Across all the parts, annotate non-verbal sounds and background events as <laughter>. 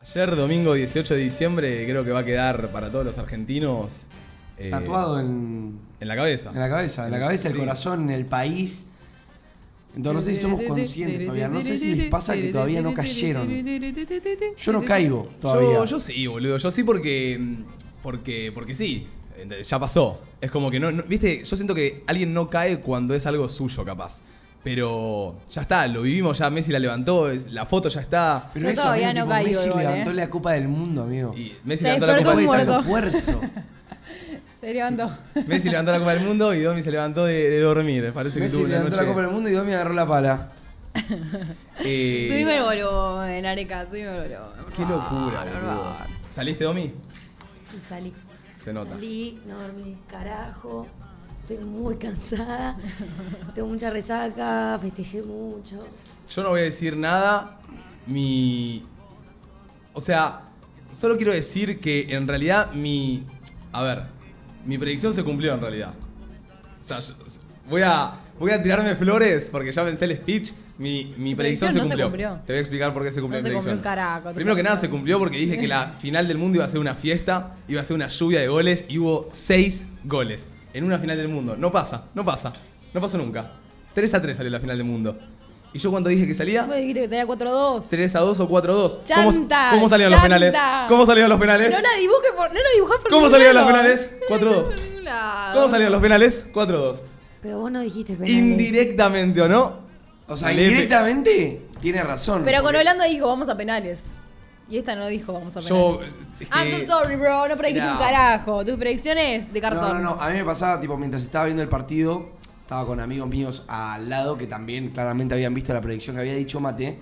Ayer, domingo 18 de diciembre, creo que va a quedar para todos los argentinos. eh, Tatuado en, En la cabeza. en la cabeza, en la cabeza, el Sí. corazón, en el país. Entonces, no sé si somos conscientes todavía. No sé si les pasa que todavía no cayeron. Yo no caigo todavía. Yo, yo sí, boludo. Yo sí porque. mm, Porque, porque sí. Ent- Ya pasó. Es como que no, no- Viste, yo siento que alguien no cae cuando es algo suyo, capaz. Pero ya está, lo vivimos, ya Messi la levantó, es- la foto ya está. Pero Yo eso, todavía amigo, no tipo, caigo Messi igual, levantó eh. la Copa del Mundo, amigo. Y Messi Se levantó la Copa Después del de muerto. <laughs> tanto esfuerzo. Se levantó. Messi levantó la Copa del Mundo y Domi se levantó de, de dormir. Parece que Messi tuvo una levantó noche. la Copa del Mundo y Domi agarró la pala. Eh, Subime el volumen, Areca, subime el volumen. Qué locura, Por boludo. favor. ¿Saliste, Domi? Sí, salí. Se nota. Salí, no dormí un carajo. Estoy muy <laughs> cansada. Tengo mucha resaca, festejé mucho. Yo no voy a decir nada. Mi. O sea, solo quiero decir que en realidad mi. A ver, mi predicción se cumplió en realidad. O sea, yo- voy a. Voy a tirarme flores porque ya pensé el speech. Mi, mi predicción Tu predicción se no se cumplió. cumplió. Te voy a explicar por qué se cumplió No mi se cumplió predicción. un carajo, tu Primero que nada se predicción. cumplió porque dije que la final del mundo iba a ser una fiesta, iba a ser una lluvia de goles y hubo seis goles en una final del mundo. No pasa, no pasa, no pasa nunca. 3 a 3 salió la final del mundo. Y yo cuando dije que salía, Vos dijiste que salía 4-2. 3 a 2 o 4 a 2. ¿Cómo, Chanta, cómo salieron los chanta. penales? ¿Cómo salieron los penales? No la dibujé por. No la dibujás por ¿Cómo ningún salieron lado. los penales? 4-2. Por ningún lado. ¿Cómo salieron los penales? 4 a 2. Pero vos no dijiste ¿eh? penales. Indirectamente o no. O sea, Lepe. indirectamente tiene razón. Pero con Porque- Holanda dijo, vamos a penales. Y esta no dijo, vamos a penales. Yo. es Ah, que- I'm so sorry, bro. No predijiste No. un carajo. Tus predicciones de No, no, cartón. no. A mí me pasaba, tipo, mientras estaba viendo el partido, estaba con amigos míos al lado que también claramente habían visto la predicción que había dicho Mate.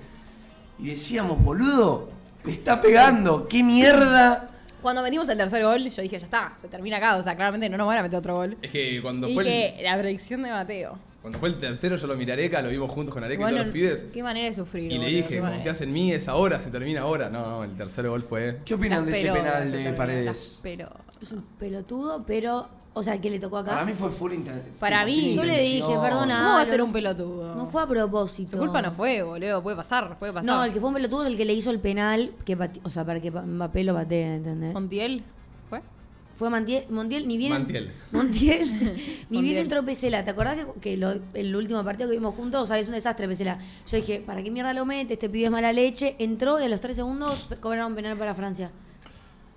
Y decíamos, boludo, me está pegando, qué mierda. Cuando metimos el tercer gol, yo dije, ya está, se termina acá. O sea, claramente no nos van a meter otro gol. Es que cuando y fue, dije, la predicción de Mateo. el, cuando fue el tercero, yo lo miré a Areca, lo vimos juntos con Areca y Bueno, todos los pibes. qué manera de sufrir. Y le boludo, dije, qué manera. confías en mí, es ahora, se termina ahora. No, no, el tercer gol fue. ¿Qué opinan de Las ese pelotas, penal de Antonio, las Paredes? pelotas. Es un pelotudo, pero. O sea, el que le tocó acá. Para mí fue full intenso. Para mí. sin Yo le dije, intención. perdona. ¿Cómo va a no, ser no. un pelotudo? No fue a propósito. Su culpa no fue, boludo. Puede pasar, puede pasar. No, el que fue un pelotudo es el que le hizo el penal, que pati- o sea, para que pa- Mbappé lo patee, ¿entendés? Montiel fue. Fue Mantiel, Montiel, ni bien. Mantiel. <laughs> Montiel, ni bien Montiel. entró Pesela. ¿Te acordás que, que lo- el último partido que vimos juntos, o sea, es un desastre Pesela? Yo dije, ¿para qué mierda lo mete? Este pibe es mala leche. Entró y a los tres segundos pe- cobraron penal para Francia.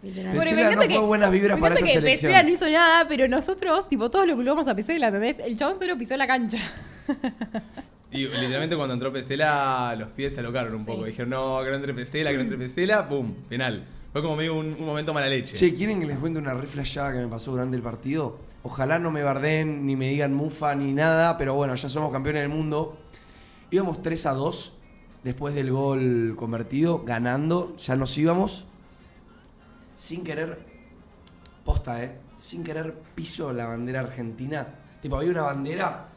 Literal. Pero- Pesela no fue buenas vibras me para encanta esta que selección. Pesela no hizo nada, pero nosotros, tipo, todos lo culpamos a Pesela, ¿entendés? El chabón solo pisó la cancha. Y literalmente cuando entró Pesela, los pies se alocaron un poco. Dijeron, no, que no entre Pesela, que no entre Pesela, pum, penal. Fue como medio un, un momento mala leche. Che, ¿quieren que les cuente una reflejada que me pasó durante el partido? Ojalá no me barden, ni me digan mufa, ni nada, pero bueno, ya somos campeones del mundo. Íbamos 3 a 2 después del gol convertido, ganando, ya nos íbamos. Sin querer, posta, ¿eh? Sin querer piso la bandera argentina. Tipo, había una bandera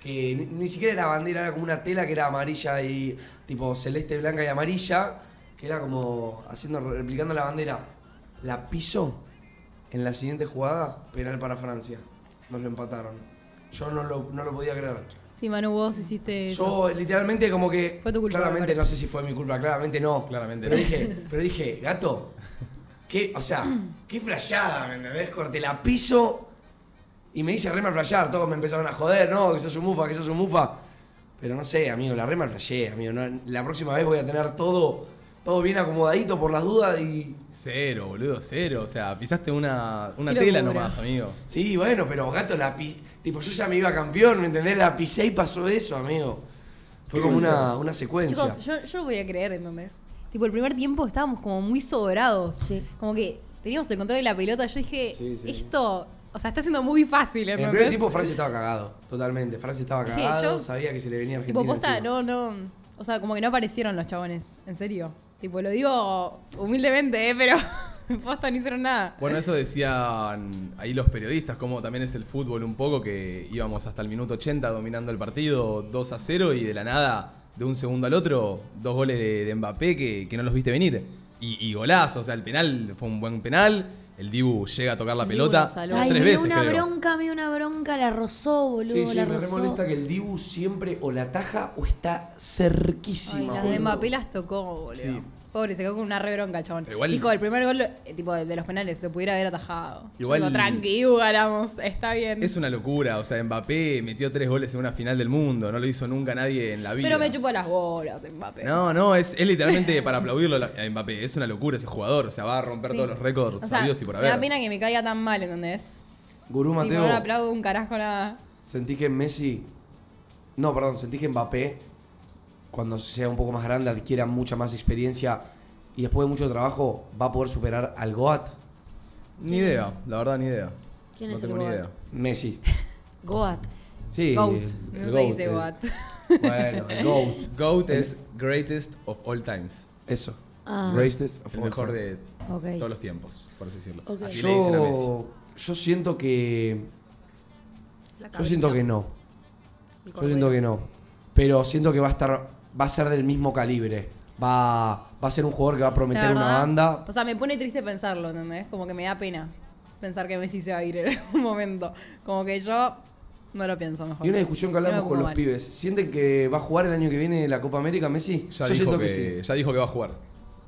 que ni, ni siquiera era bandera, era como una tela que era amarilla y tipo celeste, blanca y amarilla, que era como haciendo replicando la bandera. La piso en la siguiente jugada, penal para Francia. Nos lo empataron. Yo no lo, no lo podía creer. Sí, Manu, vos hiciste eso. Yo literalmente como que Fue tu culpa, me claramente parece. no sé si fue mi culpa, claramente no. Claramente pero no. <laughs> dije, pero dije, gato, qué, o sea, qué flashada, ¿me entendés? Corte la piso y me dice rema al flashear, todos me empezaron a joder, no, que sos un mufa, que sos un mufa. Pero no sé, amigo, la rema al flashé, amigo. no, la próxima vez voy a tener todo, todo bien acomodadito por las dudas y. Cero, boludo, cero. O sea, pisaste una, una Qué tela locura. nomás, amigo. Sí, bueno, pero gato, la pi- tipo, yo ya me iba campeón, ¿me entendés? La pisé y pasó eso, amigo. Fue como una, una secuencia. Chicos, yo, yo lo voy a creer, ¿entendés? Tipo, el primer tiempo estábamos como muy sobrados. Sí. Como que teníamos el control de la pelota. Yo dije, Sí, sí. esto, o sea, está siendo muy fácil, En ¿entendés? el primer tiempo Francia estaba cagado, totalmente. Francia estaba Dije, cagado, yo- sabía que se le venía a Argentina. Tipo, posta, encima. no, no. O sea, como que no aparecieron los chabones, en serio. Tipo, lo digo humildemente, ¿eh? pero <laughs> posta no hicieron nada. Bueno, eso decían ahí los periodistas, como también es el fútbol un poco, que íbamos hasta el minuto 80 dominando el partido 2 a 0 y de la nada, de un segundo al otro, dos goles de, de Mbappé que, que no los viste venir. Y, y golazo, o sea, el penal fue un buen penal. El Dibu llega a tocar la El Dibu pelota lo salvó. tres Ay, me dio veces, una creo. bronca, me dio una bronca, la rozó, boludo, Sí, sí, la me re rozó. molesta que el Dibu siempre o la taja o está cerquísima. Ay, las boludo. de Mbappé las tocó, boludo. Sí. Pobre, se quedó con una re bronca, el chabón. Pero igual- Y con el primer gol, eh, tipo, de, de los penales, lo pudiera haber atajado. Igual- Digo, tranqui, Hugo, ganamos, está bien. Es una locura, o sea, Mbappé metió tres goles en una final del mundo, no lo hizo nunca nadie en la vida. Pero me chupó las bolas, Mbappé. No, no, es, es literalmente para aplaudirlo la- a Mbappé, es una locura ese jugador, o sea, va a romper Sí. todos los récords O sea, sabidos y por Me da haber. pena que me caiga tan mal, ¿entendés? Gurú Tipo, Mateo, no le aplaudo un carajo nada. sentí que Messi. No, perdón, sentí que Mbappé, cuando sea un poco más grande, adquiera mucha más experiencia y después de mucho trabajo, va a poder superar al Goat. Ni idea, la verdad ni idea. ¿Quién no es el tengo ni Goat? idea. Messi. Goat. Sí. Goat. Eh, el- eh. el No se dice el- Goat. Bueno, <laughs> el Goat. GOAT es greatest of all times. Eso. Ah. Greatest of El all mejor time. de Ok. todos los tiempos, por así decirlo. Ok. Así le dicen a Messi. Yo, yo siento que. Yo siento que no. Yo siento que no. Pero siento que va a estar. Va a ser del mismo calibre. Va, va a ser un jugador que va a La prometer una verdad, pues, banda. O sea, me pone triste pensarlo, ¿entendés? Como que me da pena pensar que Messi se va a ir en algún momento. Como que yo no lo pienso mejor. Y una discusión que Si no, hablamos con me pongo los mal. pibes. ¿Sienten que va a jugar el año que viene la Copa América Messi? Ya, yo dijo siento que, que, sí. ya dijo que va a jugar.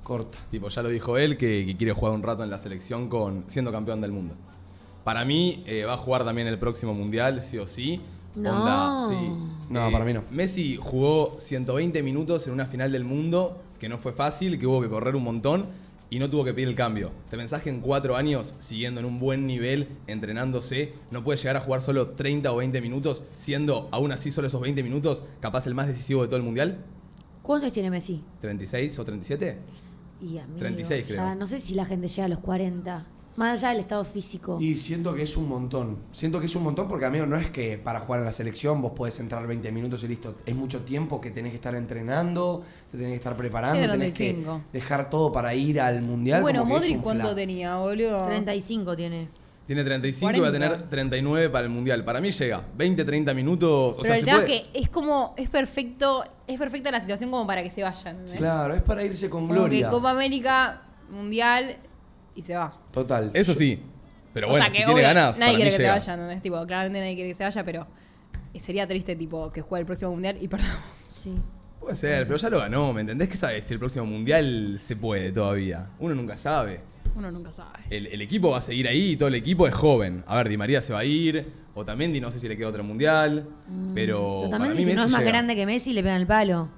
Corta. Tipo, ya lo dijo él que, que quiere jugar un rato en la selección con siendo campeón del mundo. Para mí, eh, va a jugar también el próximo mundial, sí o sí. No. sí. Eh, No, para mí no. Messi jugó 120 minutos en una final del mundo que no fue fácil, que hubo que correr un montón y no tuvo que pedir el cambio. ¿Te pensás que en cuatro años, siguiendo en un buen nivel, entrenándose, no puede llegar a jugar solo 30 o 20 minutos, siendo aún así solo esos 20 minutos capaz el más decisivo de todo el mundial? ¿Cuántos años tiene Messi? ¿36 o 37? Y amigo, 36 creo. ya no sé si la gente llega a los 40. Más allá del estado físico. Y siento que es un montón. Siento que es un montón porque, amigo, no es que para jugar a la selección vos podés entrar 20 minutos y listo. Es mucho tiempo que tenés que estar entrenando, te tenés que estar preparando, Tiene tenés que 35. dejar todo para ir al mundial. Bueno, como que es Modric, un ¿cuánto fla- tenía, boludo? 35 tiene. Tiene 35 y va a 40. tener 39 para el Mundial. Para mí llega 20, 30 minutos. O Pero sea, el se tema puede- es que es como, es perfecto, es perfecta la situación como para que se vayan. ¿entendés? Claro, es para irse con ¿eh? Como gloria. que Copa América, Mundial y se va. Total. Eso sí. Pero bueno, o sea que si tiene obvio, ganas, nadie para mí quiere que llega. se vayan, ¿no? Es tipo, claramente nadie quiere que se vaya, pero sería triste tipo que juegue el próximo mundial y <laughs> perdamos. Sí. Puede ser, pero ya lo ganó, ¿me entendés? ¿Qué sabes? Si el próximo Mundial se puede todavía. Uno nunca sabe. Uno nunca sabe. El, el equipo va a seguir ahí y todo el equipo es joven. A ver, Di María se va a ir. O también Di no sé si le queda otro Mundial. Mm, Pero para Totalmente, mí si no Messi es más llega. grande que Messi, le pegan el palo.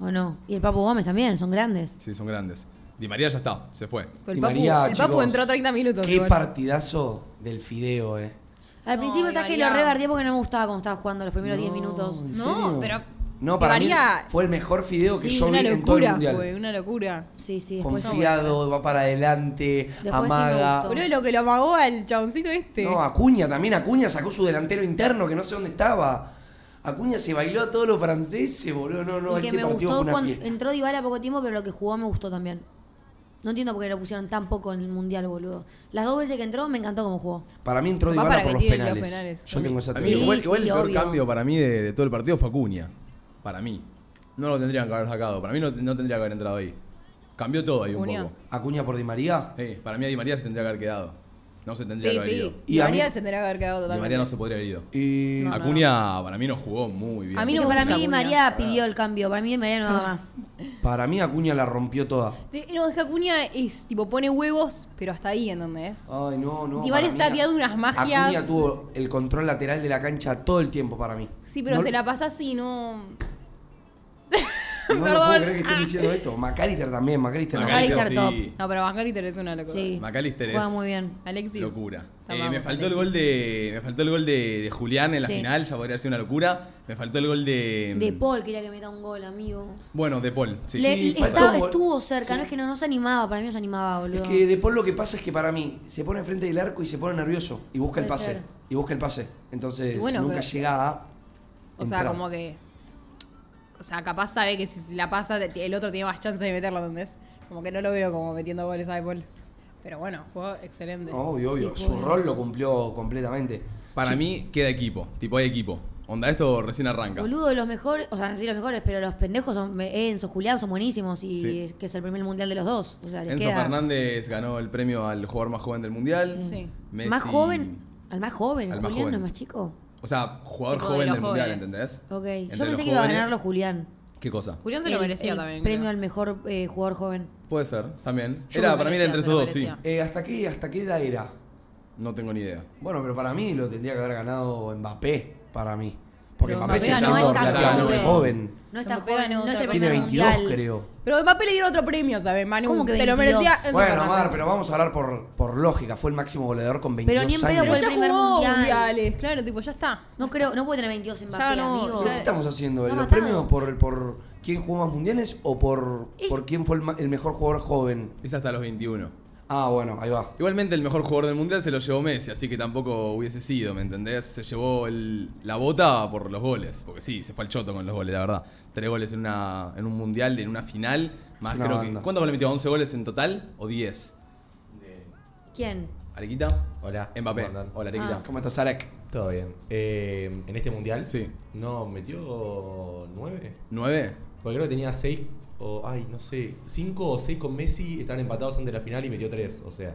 ¿O no? Y el Papu Gómez también, son grandes. Sí, son grandes. Di María ya está, se fue. Fue el, Di papu, María, el Papu chicos, entró 30 minutos. Qué igual. partidazo del fideo, eh. Al No, principio, y ¿sabes que María- lo rebardeé porque no me gustaba cómo estaba jugando los primeros No, 10 minutos? ¿en No, serio? pero No, Di para María- mí fue el mejor fideo que Sí, yo vi una en todo el locura mundial. fue, una locura. Sí, sí, después. Confiado, va para adelante, sí me amaga. gustó. Boludo, lo que lo amagó al chaboncito este. No, Acuña también. Acuña sacó su delantero interno que no sé dónde estaba. Acuña se bailó a todos los franceses, boludo. No, no, y que este me partido gustó fue una cuando fiesta. entró Dybala poco tiempo, pero lo que jugó me gustó también. No entiendo por qué lo pusieron tan poco en el Mundial, boludo. Las dos veces que entró, me encantó cómo jugó. Para mí entró Va Dybala para por que los tire los penales. penales. Yo tengo esa A mí, teoría. igual, Sí, igual sí, el peor obvio. cambio para mí de, de todo el partido fue Acuña. Para mí. No lo tendrían que haber sacado. Para mí no, no tendría que haber entrado ahí. Cambió todo ahí Acuña. un poco. Acuña por Di María. Sí, para mí a Di María se tendría que haber quedado. No se tendría sí, que haber ido. sí. Y Di a María mí- se tendría que haber quedado Di totalmente. María no se podría haber ido. Y No, no, Acuña para mí no jugó muy bien. A mí Y no que me para gusta Ah. mí Acuña. María pidió el cambio, para mí María no va más. para mí Acuña la rompió toda. De- No, es que Acuña es tipo, pone huevos, pero hasta ahí, ¿entendés? Ay, no, no. Dybala para está mí, tirando unas magias. Acuña tuvo el control lateral de la cancha todo el tiempo para mí. Sí, pero No- se la pasa así, no. No lo puedo Perdón. Ah. creer que estén diciendo esto. McAllister también, McAllister. Macalister. Macalister Macalister No, pero Bangalter es una locura. Sí. Macalister es Juega muy bien. Alexis. Locura. Te Eh, me amamos, faltó el Alexis. gol de. Me faltó el gol de, de Julián en la Sí. final, ya podría haber sido una locura. Me faltó el gol de. mm, De Paul quería que meta un gol, amigo. Bueno, de Paul. Sí. Le- sí, le- faltó estaba- un gol. estuvo cerca, no es que no nos animaba, para mí nos animaba, boludo. Es que De Paul lo que pasa es que para mí se pone enfrente del arco y se pone nervioso y busca el Puede pase. ser. Y busca el pase. Entonces Y bueno, nunca pero- llega a. O sea, como que. O sea, capaz sabe que si la pasa, te- el otro tiene más chance de meterla, ¿entendés? Como que no lo veo como metiendo goles a De Paul. Pero bueno, jugó excelente. Obvio, obvio. Sí, Su obvio. rol lo cumplió completamente. Para mí queda equipo. Tipo, hay equipo. Onda, esto recién arranca. Boludo, los mejores, o sea, no sé si los mejores, pero los pendejos son Enzo, Julián, son buenísimos y Sí. es que es el primer mundial de los dos. O sea, les Enzo queda Fernández ganó el premio al jugador más joven del mundial. Sí. Messi- más joven, al más joven, Al más Julián joven. no es más chico. O sea, jugador Tipo de joven los del mundial, jóvenes. ¿entendés? Ok, Entre yo pensé los que iba a jóvenes- ganarlo Julián. ¿Qué cosa? Julián se lo El- merecía el también. Premio creo. al mejor eh, jugador joven. Puede ser, también. Yo era, me para mí era entre parecía, me esos dos, sí. parecía. Eh, ¿Hasta qué hasta qué edad era? No tengo ni idea. Bueno, pero para mí lo tendría que haber ganado Mbappé, para mí. Porque Pero Mbappé sigue Mbappé siendo ganó esta relativamente joven. joven. No está Tampoco joven, ganó no es otra el cosa. Tiene primer 22, mundial. creo. Pero el papel le dieron otro premio, ¿sabes, Manu? ¿Cómo que se lo merecía 22? Enzo Bueno, Fernández. Mar, pero vamos a hablar por, por lógica. Fue el máximo goleador con 22 Pero ni en pedo años. fue Pero ya el primer jugó mundial. mundiales, claro, tipo, ya está. No creo, no puede tener 22 en Ya Mbappé, no, amigo. ¿Pero ya- ¿Qué estamos haciendo? Está ¿Los matado. premios por, por quién jugó más mundiales o por, Es- por quién fue el, ma- el mejor jugador joven? Es hasta los 21. Ah, bueno, ahí va. Igualmente el mejor jugador del mundial se lo llevó Messi, así que tampoco hubiese sido, ¿me entendés? Se llevó el- la bota por los goles, porque sí, se fue al choto con los goles, la verdad. Tres goles en, una, en un mundial, en una final, más una creo banda. que... ¿Cuántos goles metió? ¿11 goles en total o 10? ¿Quién? ¿Arequita? Hola. Mbappé. ¿cómo andan? Hola, Arequita. ¿Cómo estás, Arek? Todo bien. Eh, en este mundial. Sí. No, metió nueve. ¿Nueve? Porque creo que tenía seis. O, ay, no sé. Cinco o seis con Messi están empatados ante la final y metió tres. O sea.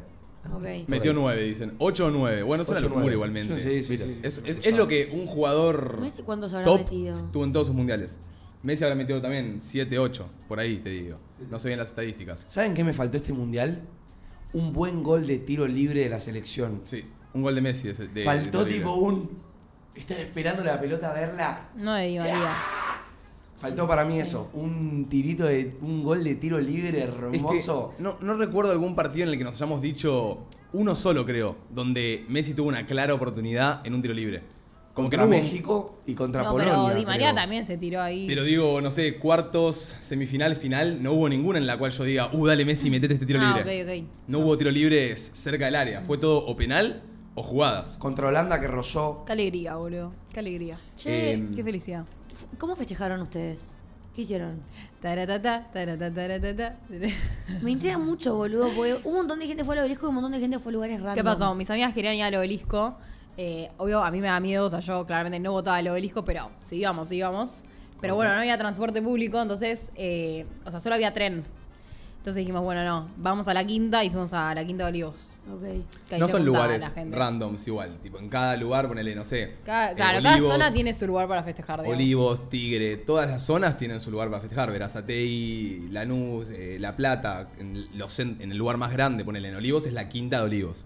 Ok. Metió ahí. nueve, dicen. ¿Ocho o nueve? Bueno, es una Ocho o locura nueve. igualmente. Sí, sí, sí. Es, es- es lo que un jugador Messi, ¿cuántos habrá top metido? estuvo en todos sus mundiales. Messi habrá metido también 7, 8, por ahí te digo. No sé bien las estadísticas. ¿Saben qué me faltó este mundial? Un buen gol de tiro libre de la selección. Sí, un gol de Messi. ese- de- faltó de- tipo un... Estar esperando la pelota a verla. No de Di María. Faltó para mí eso. Un tirito de... Un gol de tiro libre Es que hermoso. no, no recuerdo algún partido en el que nos hayamos dicho uno solo, creo, donde Messi tuvo una clara oportunidad en un tiro libre. Como que contra no hubo- México y contra No, Polonia. pero Di María creo. también se tiró ahí. Pero digo, no sé, cuartos, semifinal, final, no hubo ninguna en la cual yo diga, uh, dale Messi, metete este tiro ah, libre. ok, ok. No hubo tiro libres cerca del área. Fue todo o penal o jugadas. Contra Holanda que rozó. Qué alegría, boludo. Qué alegría. Che, Em, Qué felicidad. f- ¿cómo festejaron ustedes? ¿Qué hicieron? Taratata, taratata, taratata. Me intriga mucho, boludo, porque un montón de gente fue al obelisco y un montón de gente fue a lugares raros. ¿Qué pasó? Mis amigas querían ir al obelisco. Eh, obvio, a mí me da miedo, o sea, yo claramente no votaba al obelisco, pero sí íbamos, sí íbamos. Pero bueno, no había transporte público, entonces, eh, o sea, solo había tren. Entonces dijimos, bueno, no, vamos a la quinta y fuimos a la quinta de Olivos. Ok. que ahí No se son juntaba lugares la gente. randoms igual. Tipo, en cada lugar, ponele, no sé. Cada- eh, claro, cada Olivos, zona tiene su lugar para festejar. digamos. Olivos, Tigre, todas las zonas tienen su lugar para festejar. Verazatei, Lanús, eh, La Plata, en, los cen- en el lugar más grande, ponele, en Olivos es la quinta de Olivos.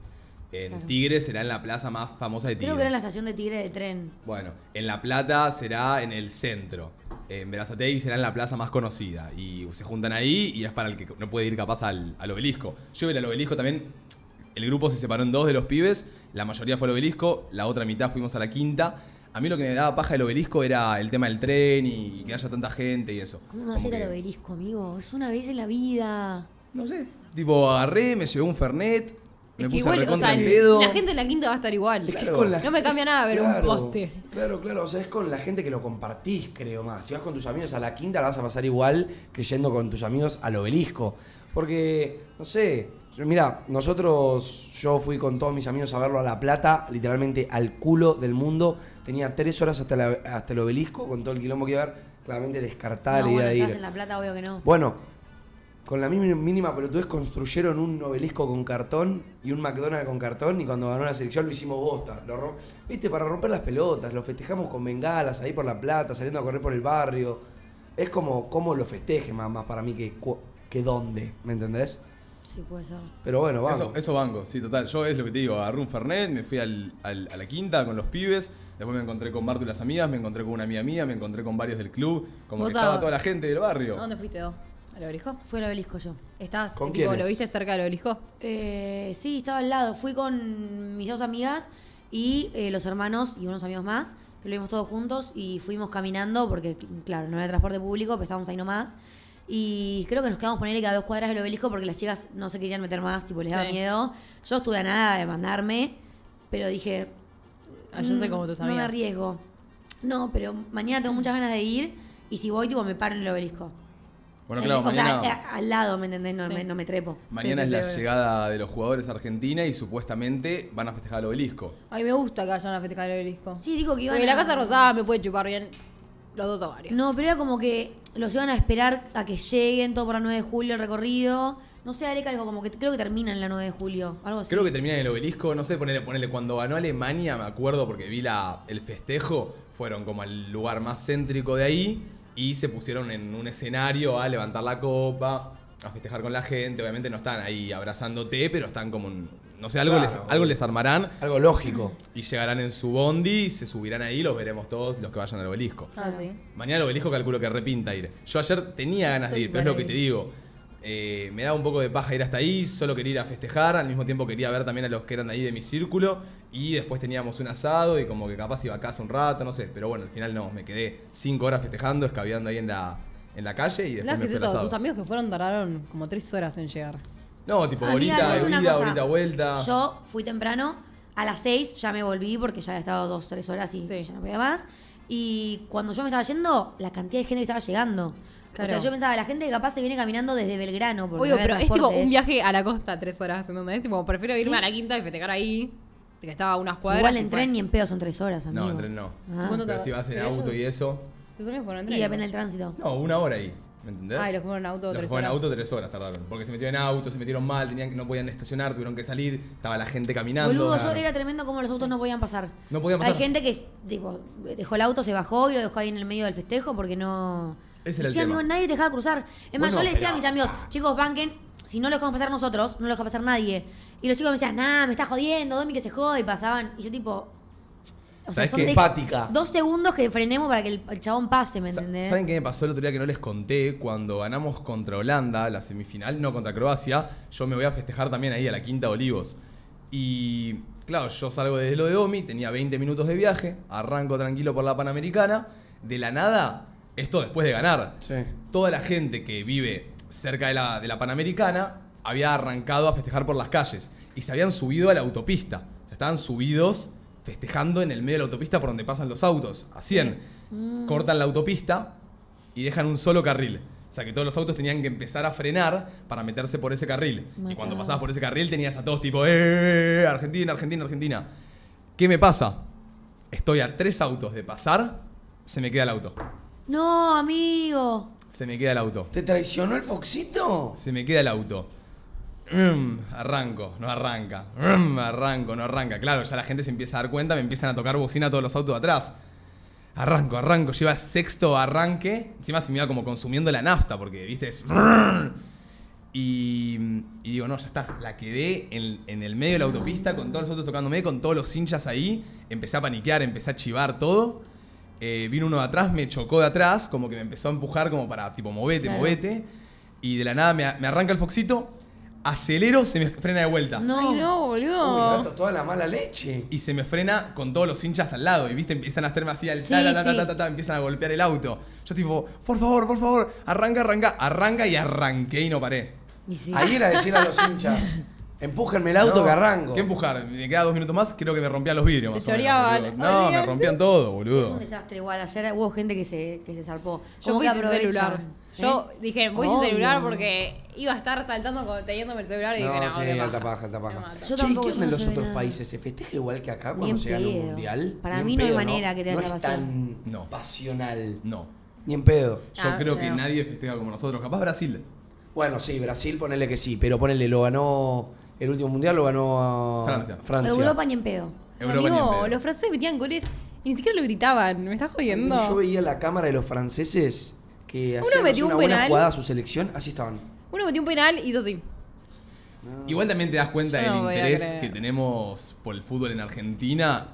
En Claro. Tigre será en la plaza más famosa de Tigre. Creo que era la estación de Tigre de tren. Bueno, en La Plata será en el centro. Eh, En Verazatei será en la plaza más conocida. Y se juntan ahí y es para el que no puede ir capaz al, al obelisco. Yo iba a ir al obelisco también. El grupo se separó en dos de los pibes. La mayoría fue al obelisco. La otra mitad fuimos a la quinta. A mí lo que me daba paja del obelisco era el tema del tren y, y que haya tanta gente y eso. ¿Cómo no vas a ir Como al que- obelisco, amigo? Es una vez en la vida. No sé. Tipo, agarré, me llevé un Fernet. Me Es puse que igual, o recontra sea, el dedo. la gente en la quinta va a estar igual. Es que es con la No me cambia nada ver un Claro, poste. Claro, claro. O sea, es con la gente que lo compartís, creo más. Si vas con tus amigos a la quinta, la vas a pasar igual que yendo con tus amigos al obelisco. Porque, no sé. Mira, nosotros, yo fui con todos mis amigos a verlo a La Plata, literalmente al culo del mundo. Tenía tres horas hasta, la- hasta el obelisco, con todo el quilombo que iba a haber. Claramente descartada no, la idea bueno, de si ir. vas en La Plata, obvio que no. Bueno, con la mínima, mínima pelotudez construyeron un obelisco con cartón y un McDonald's con cartón y cuando ganó la selección lo hicimos bosta. Lo rom- Viste, para romper las pelotas, lo festejamos con bengalas ahí por la plata, saliendo a correr por el barrio. Es como cómo lo festeje más, más para mí que, cu- que dónde, ¿me entendés? Sí, puede ser. Pero bueno, vamos. Eso, eso banco, sí, total. Yo es lo que te digo, agarré un Fernet, me fui al- al- a la quinta con los pibes, después me encontré con Martu y las amigas, me encontré con una amiga mía, me encontré con varios del club, como ¿Vos que estaba a- toda la gente del barrio. ¿A dónde fuiste vos? ¿Al obelisco? Fue al obelisco yo. ¿Estás? ¿Con tipo, quiénes? ¿Lo viste cerca del obelisco? Eh, sí, estaba al lado. Fui con mis dos amigas y eh, los hermanos y unos amigos más, que lo vimos todos juntos y fuimos caminando porque, cl- claro, no había transporte público, pero estábamos ahí nomás. Y creo que nos quedamos ponerle cada dos cuadras del obelisco porque las chicas no se querían meter más, tipo, les daba Sí. miedo. Yo estuve a nada de mandarme, pero dije, Ah, yo soy Mm, como tus No me amigas. arriesgo. No, pero mañana tengo muchas ganas de ir y si voy, tipo, me paro en el obelisco. Bueno, <laughs> Eh, claro, o mañana, sea, a- al lado, ¿me entendés? No, Sí. me, no me trepo. mañana Sí, es sí, la sí, bueno. llegada de los jugadores a Argentina y supuestamente van a festejar el obelisco. Ay, me gusta que vayan a festejar el obelisco. Sí, dijo que iban Porque la a- Casa Rosada me puede chupar bien los dos ovarios. No, pero era como que los iban a esperar a que lleguen todo para 9 de julio el recorrido. No sé, Areca dijo como que creo que termina en la 9 de julio, algo así. Creo que termina en el obelisco, no sé, ponele, ponele, cuando ganó Alemania, me acuerdo porque vi la, el festejo, fueron como al lugar más céntrico de ahí y se pusieron en un escenario a levantar la copa, a festejar con la gente. Obviamente no están ahí abrazándote, pero están como un- No sé, algo, Claro, les, algo les armarán Algo lógico. y llegarán en su bondi, se subirán ahí, los veremos todos los que vayan al obelisco. Ah, sí. Mañana el obelisco calculo que repinta ir. Yo ayer tenía ganas de estoy ir, pero es lo que para te ir. digo. Eh, me daba un poco de paja ir hasta ahí, solo quería ir a festejar, al mismo tiempo quería ver también a los que eran de ahí de mi círculo y después teníamos un asado y como que capaz iba a casa un rato, no sé, pero bueno, al final no, me quedé cinco horas festejando, escabeando ahí en la, en la calle y después ¿Sabes me qué es fui al eso? Tus asado. amigos que fueron tardaron como tres horas en llegar. No, tipo, Amiga, ahorita es una bebida, cosa. ahorita vuelta. Yo fui temprano, a las 6 ya me volví porque ya había estado dos, tres horas y Sí. ya no podía más. Y cuando yo me estaba yendo, la cantidad de gente que estaba llegando. Claro. O sea, yo pensaba, la gente capaz se viene caminando desde Belgrano. Porque Oye, no había pero es tipo transportes. un viaje a la costa tres horas, ¿entendés? Tipo, prefiero irme Sí. a la quinta y festejar ahí, que estaba a unas cuadras. Igual y en fue. tren ni en pedo son tres horas, amigo. no, en tren no. Ah. ¿Cuánto Pero te- si vas en pero auto y ellos- eso. Tus amigos fueron en Y tren. depende del tránsito. No, una hora ahí, ¿me entendés? Ah, y los que fueron en auto, Los que tres fueron en horas. auto tres horas tardaron. Porque se metieron en auto, se metieron mal, tenían, que- no podían estacionar, tuvieron que salir, estaba la gente caminando. Boludo, Claro. yo era tremendo como los autos no podían pasar. No podían pasar. Hay gente que tipo, dejó el auto, se bajó y lo dejó ahí en el medio del festejo porque no. Ese era Y el sí, tema. amigos, nadie te dejaba cruzar. Es más, Bueno, yo le decía a pero- mis amigos, chicos, banquen, si no lo dejamos pasar nosotros, no lo deja pasar nadie. Y los chicos me decían, nah, me está jodiendo, Domi que se jode, y pasaban. Y yo tipo. O sea, ¿Sabés son qué? de- Empática. dos segundos que frenemos para que el, el chabón pase, ¿me Sa- entendés? ¿Saben qué me pasó el otro día que no les conté? Cuando ganamos contra Holanda, la semifinal, no contra Croacia, yo me voy a festejar también ahí a la Quinta de Olivos. Y claro, yo salgo desde lo de Omi, tenía 20 minutos de viaje, arranco tranquilo por la Panamericana, de la nada, esto después de ganar, Sí. toda la gente que vive cerca de la, de la Panamericana había arrancado a festejar por las calles y se habían subido a la autopista. O sea, estaban subidos festejando en el medio de la autopista por donde pasan los autos, a 100. Cortan la autopista y dejan un solo carril. O sea, que todos los autos tenían que empezar a frenar para meterse por ese carril. Y cuando Matado. pasabas por ese carril tenías a todos tipo, ¡eh! Argentina, Argentina, Argentina. ¿Qué me pasa? Estoy a tres autos de pasar, se me queda el auto. No, amigo. Se me queda el auto. ¿Te traicionó el Foxito? Se me queda el auto. Mm, arranco, no arranca. Mm, arranco, no arranca. Claro, ya la gente se empieza a dar cuenta, me empiezan a tocar bocina todos los autos de atrás. Arranco, arranco, lleva sexto arranque. Encima se me iba como consumiendo la nafta, porque, viste, es... Y, y digo, no, ya está. La quedé en, en el medio de la autopista, con todos los autos tocándome, con todos los hinchas ahí. Empecé a paniquear, empecé a chivar todo. Eh, vino uno de atrás, me chocó de atrás, como que me empezó a empujar, como para, tipo, movete, Claro. movete. Y de la nada me, a- me arranca el foxito, acelero, se me frena de vuelta. No. Ay, no, Uy, boludo. gato, toda la mala leche. Y se me frena con todos los hinchas al lado. Y viste, empiezan a hacerme así al Sí, ta, ta, ta, ta, sí. ta, ta, ta, empiezan a golpear el auto. Yo tipo, por favor, por favor, arranca, arranca, arranca y arranqué y no paré. Y sí. Ahí era decir a los hinchas, empújenme el auto No, que arranco. ¿Qué empujar? Me queda dos minutos más, creo que me rompían los vidrios. Te más o menos, choreaban. boludo. no, me Olvídate. rompían todo, Es un boludo. desastre igual. Ayer hubo gente que se, que se zarpó. Yo Como fui que sin aprovechan, celular. ¿eh? Yo dije, voy sin Obvio. celular porque iba a estar saltando con- teniéndome el celular y dije, No, no, sí, qué paja. alta paja, alta Me paja. mato. Yo Che, ¿y tampoco, ¿qué yo onda en no los llevé otros nada. países? ¿Se festeja igual que acá Ni cuando en se gana un pedo. mundial? Para Ni en mí no hay pedo, manera que te No haya es pasado. tan No. pasional. No. Ni en pedo. Yo Ah, creo que no. nadie festeja como nosotros. Capaz Brasil. Bueno, sí, Brasil ponele que sí, pero ponele, lo ganó el último mundial, lo ganó a Francia. Francia. Europa ni en pedo. Europa ni en Amigo, pedo. los franceses metían goles y ni siquiera lo gritaban. Me estás jodiendo. Yo veía la cámara de los franceses que Uno hacían metió una un buena penal. jugada a su selección, así estaban. Uno metió un penal y hizo así. Igual también te das cuenta Yo no del voy a interés creer. que tenemos por el fútbol en Argentina,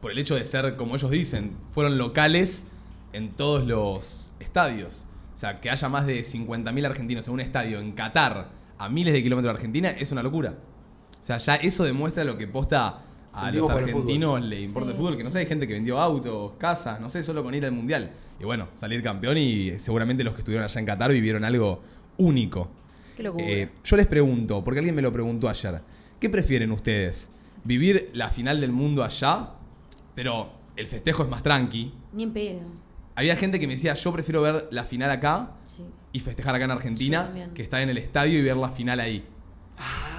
por el hecho de ser, como ellos dicen, fueron locales en todos los estadios. O sea, que haya más de 50.000 argentinos en un estadio en Qatar, a miles de kilómetros de Argentina, es una locura. O sea, ya eso demuestra lo que posta a Sentimos los por el argentinos le importa el Sí, fútbol, que no sé, hay gente que vendió autos, casas, no sé, solo con ir al mundial. Y bueno, salir campeón y seguramente los que estuvieron allá en Qatar vivieron algo único. Qué locura. Eh, yo les pregunto, porque alguien me lo preguntó ayer, ¿qué prefieren ustedes? ¿Vivir la final del mundo allá? Pero el festejo es más tranqui. Ni en pedo. Había gente que me decía, yo prefiero ver la final acá Sí. y festejar acá en Yo Argentina, también. que estar en el estadio y ver la final ahí.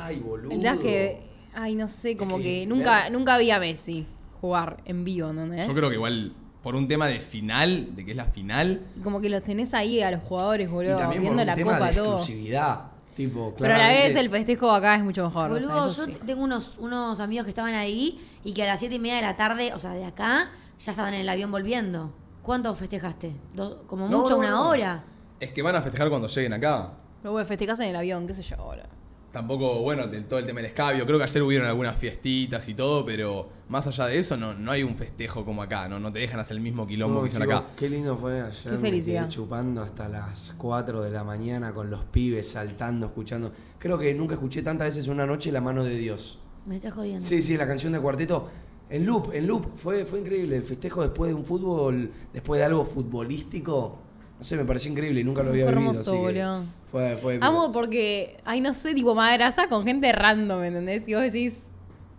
Ay, boludo. La verdad es que, ay, no sé, como Uh. Es que que nunca, ver- nunca vi a Messi jugar en vivo, ¿entendés? Yo creo que igual, por un tema de final, de que es la final, Como que los tenés ahí a los jugadores, y boludo, también por viendo un la tema copa, de todo. exclusividad. Tipo, Pero a la vez claramente- el festejo acá es mucho mejor. o sea, Boludo, eso yo sí. t- tengo unos, unos amigos que estaban ahí y que a las 7 y media de la tarde, o sea, de acá, ya estaban en el avión volviendo. ¿Cuánto festejaste? Do- como No, mucho, no, una no. hora. Es que van a festejar cuando lleguen acá. Luego pues, festejás en el avión, qué sé yo ahora. Tampoco, bueno, del todo el tema del escabio. Creo que ayer hubieron algunas fiestitas y todo, pero más allá de eso, no, no hay un festejo como acá, ¿no? No te dejan hacer el mismo quilombo No, que hicieron chico, acá. Qué lindo fue ayer. Qué me felicidad. quedé chupando hasta las 4 de la mañana con los pibes saltando, escuchando. Creo que nunca escuché tantas veces en una noche la mano de Dios. Me estás jodiendo. Sí, sí, la canción de cuarteto. En loop, en loop. Fue, fue increíble. El festejo después de un fútbol, después de algo futbolístico. No sé, me pareció increíble y nunca lo había Fue vivido. así hermoso, que boludo. Fue, fue épico. Amo porque, ay, no sé, tipo madraza con gente random, ¿me entendés? Y vos decís,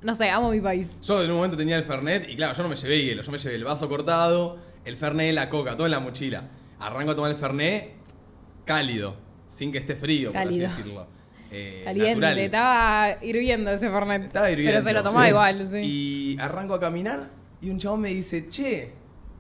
no sé, amo mi país. Yo en un momento tenía el Fernet y claro, yo no me llevé hielo, yo me llevé el vaso cortado, el Fernet, la coca, todo en la mochila. Arranco a tomar el Fernet cálido, sin que esté frío, Cálido. por así decirlo. Eh, Caliente, natural. estaba hirviendo ese Fernet. Estaba hirviendo, Pero se lo tomaba sí. igual, sí. Y arranco a caminar y un chabón me dice, che,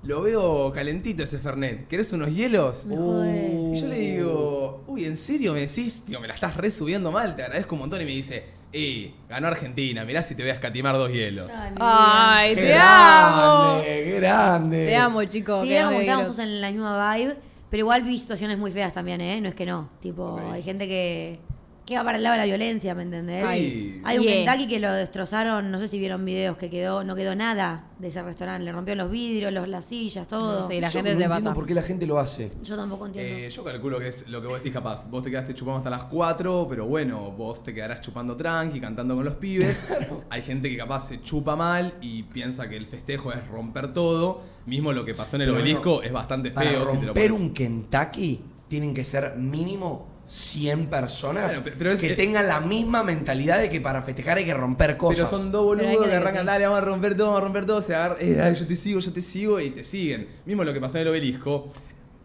lo veo calentito ese Fernet, ¿querés unos hielos? Me jodés. Y yo le digo, uy, ¿en serio me decís? Digo, me la estás resubiendo mal, te agradezco un montón. Y me dice, eh, ganó Argentina, mirá si te voy a escatimar dos hielos. Ay, mi vida. Ay, ¡Qué te amo. grande! ¡Qué grande! Te amo, chicos. Sí, que era no como me estábamos digas. todos en la misma vibe, pero igual vi situaciones muy feas también, ¿eh? No es que no. Tipo, hay gente que, que va para el lado de la violencia, ¿me entendés? Sí. Hay un Yeah. Kentucky que lo destrozaron, no sé si vieron videos que quedó, no quedó nada de ese restaurante. Le rompieron los vidrios, los, las sillas, todo. Sí, la Eso gente no se entiendo pasa. por qué la gente lo hace. Yo tampoco entiendo. Eh, yo calculo que es lo que vos decís capaz. Vos te quedaste chupando hasta las 4, pero bueno, vos te quedarás chupando tranqui, cantando con los <laughs> pibes. Hay gente que capaz se chupa mal y piensa que el festejo es romper todo. Mismo lo que pasó en el Pero obelisco no, es bastante Para feo si te lo romper pones. un Kentucky tienen que ser mínimo 100 personas Claro, pe- pero es- que eh, tengan la misma mentalidad de que para festejar hay que romper Pero cosas. son dos Pero hay boludos que que arrancan, decir. dale, vamos a romper todo, vamos a romper todo. Se agarran, eh, dale, yo te sigo, yo te sigo y te siguen. Mismo lo que pasó en el obelisco.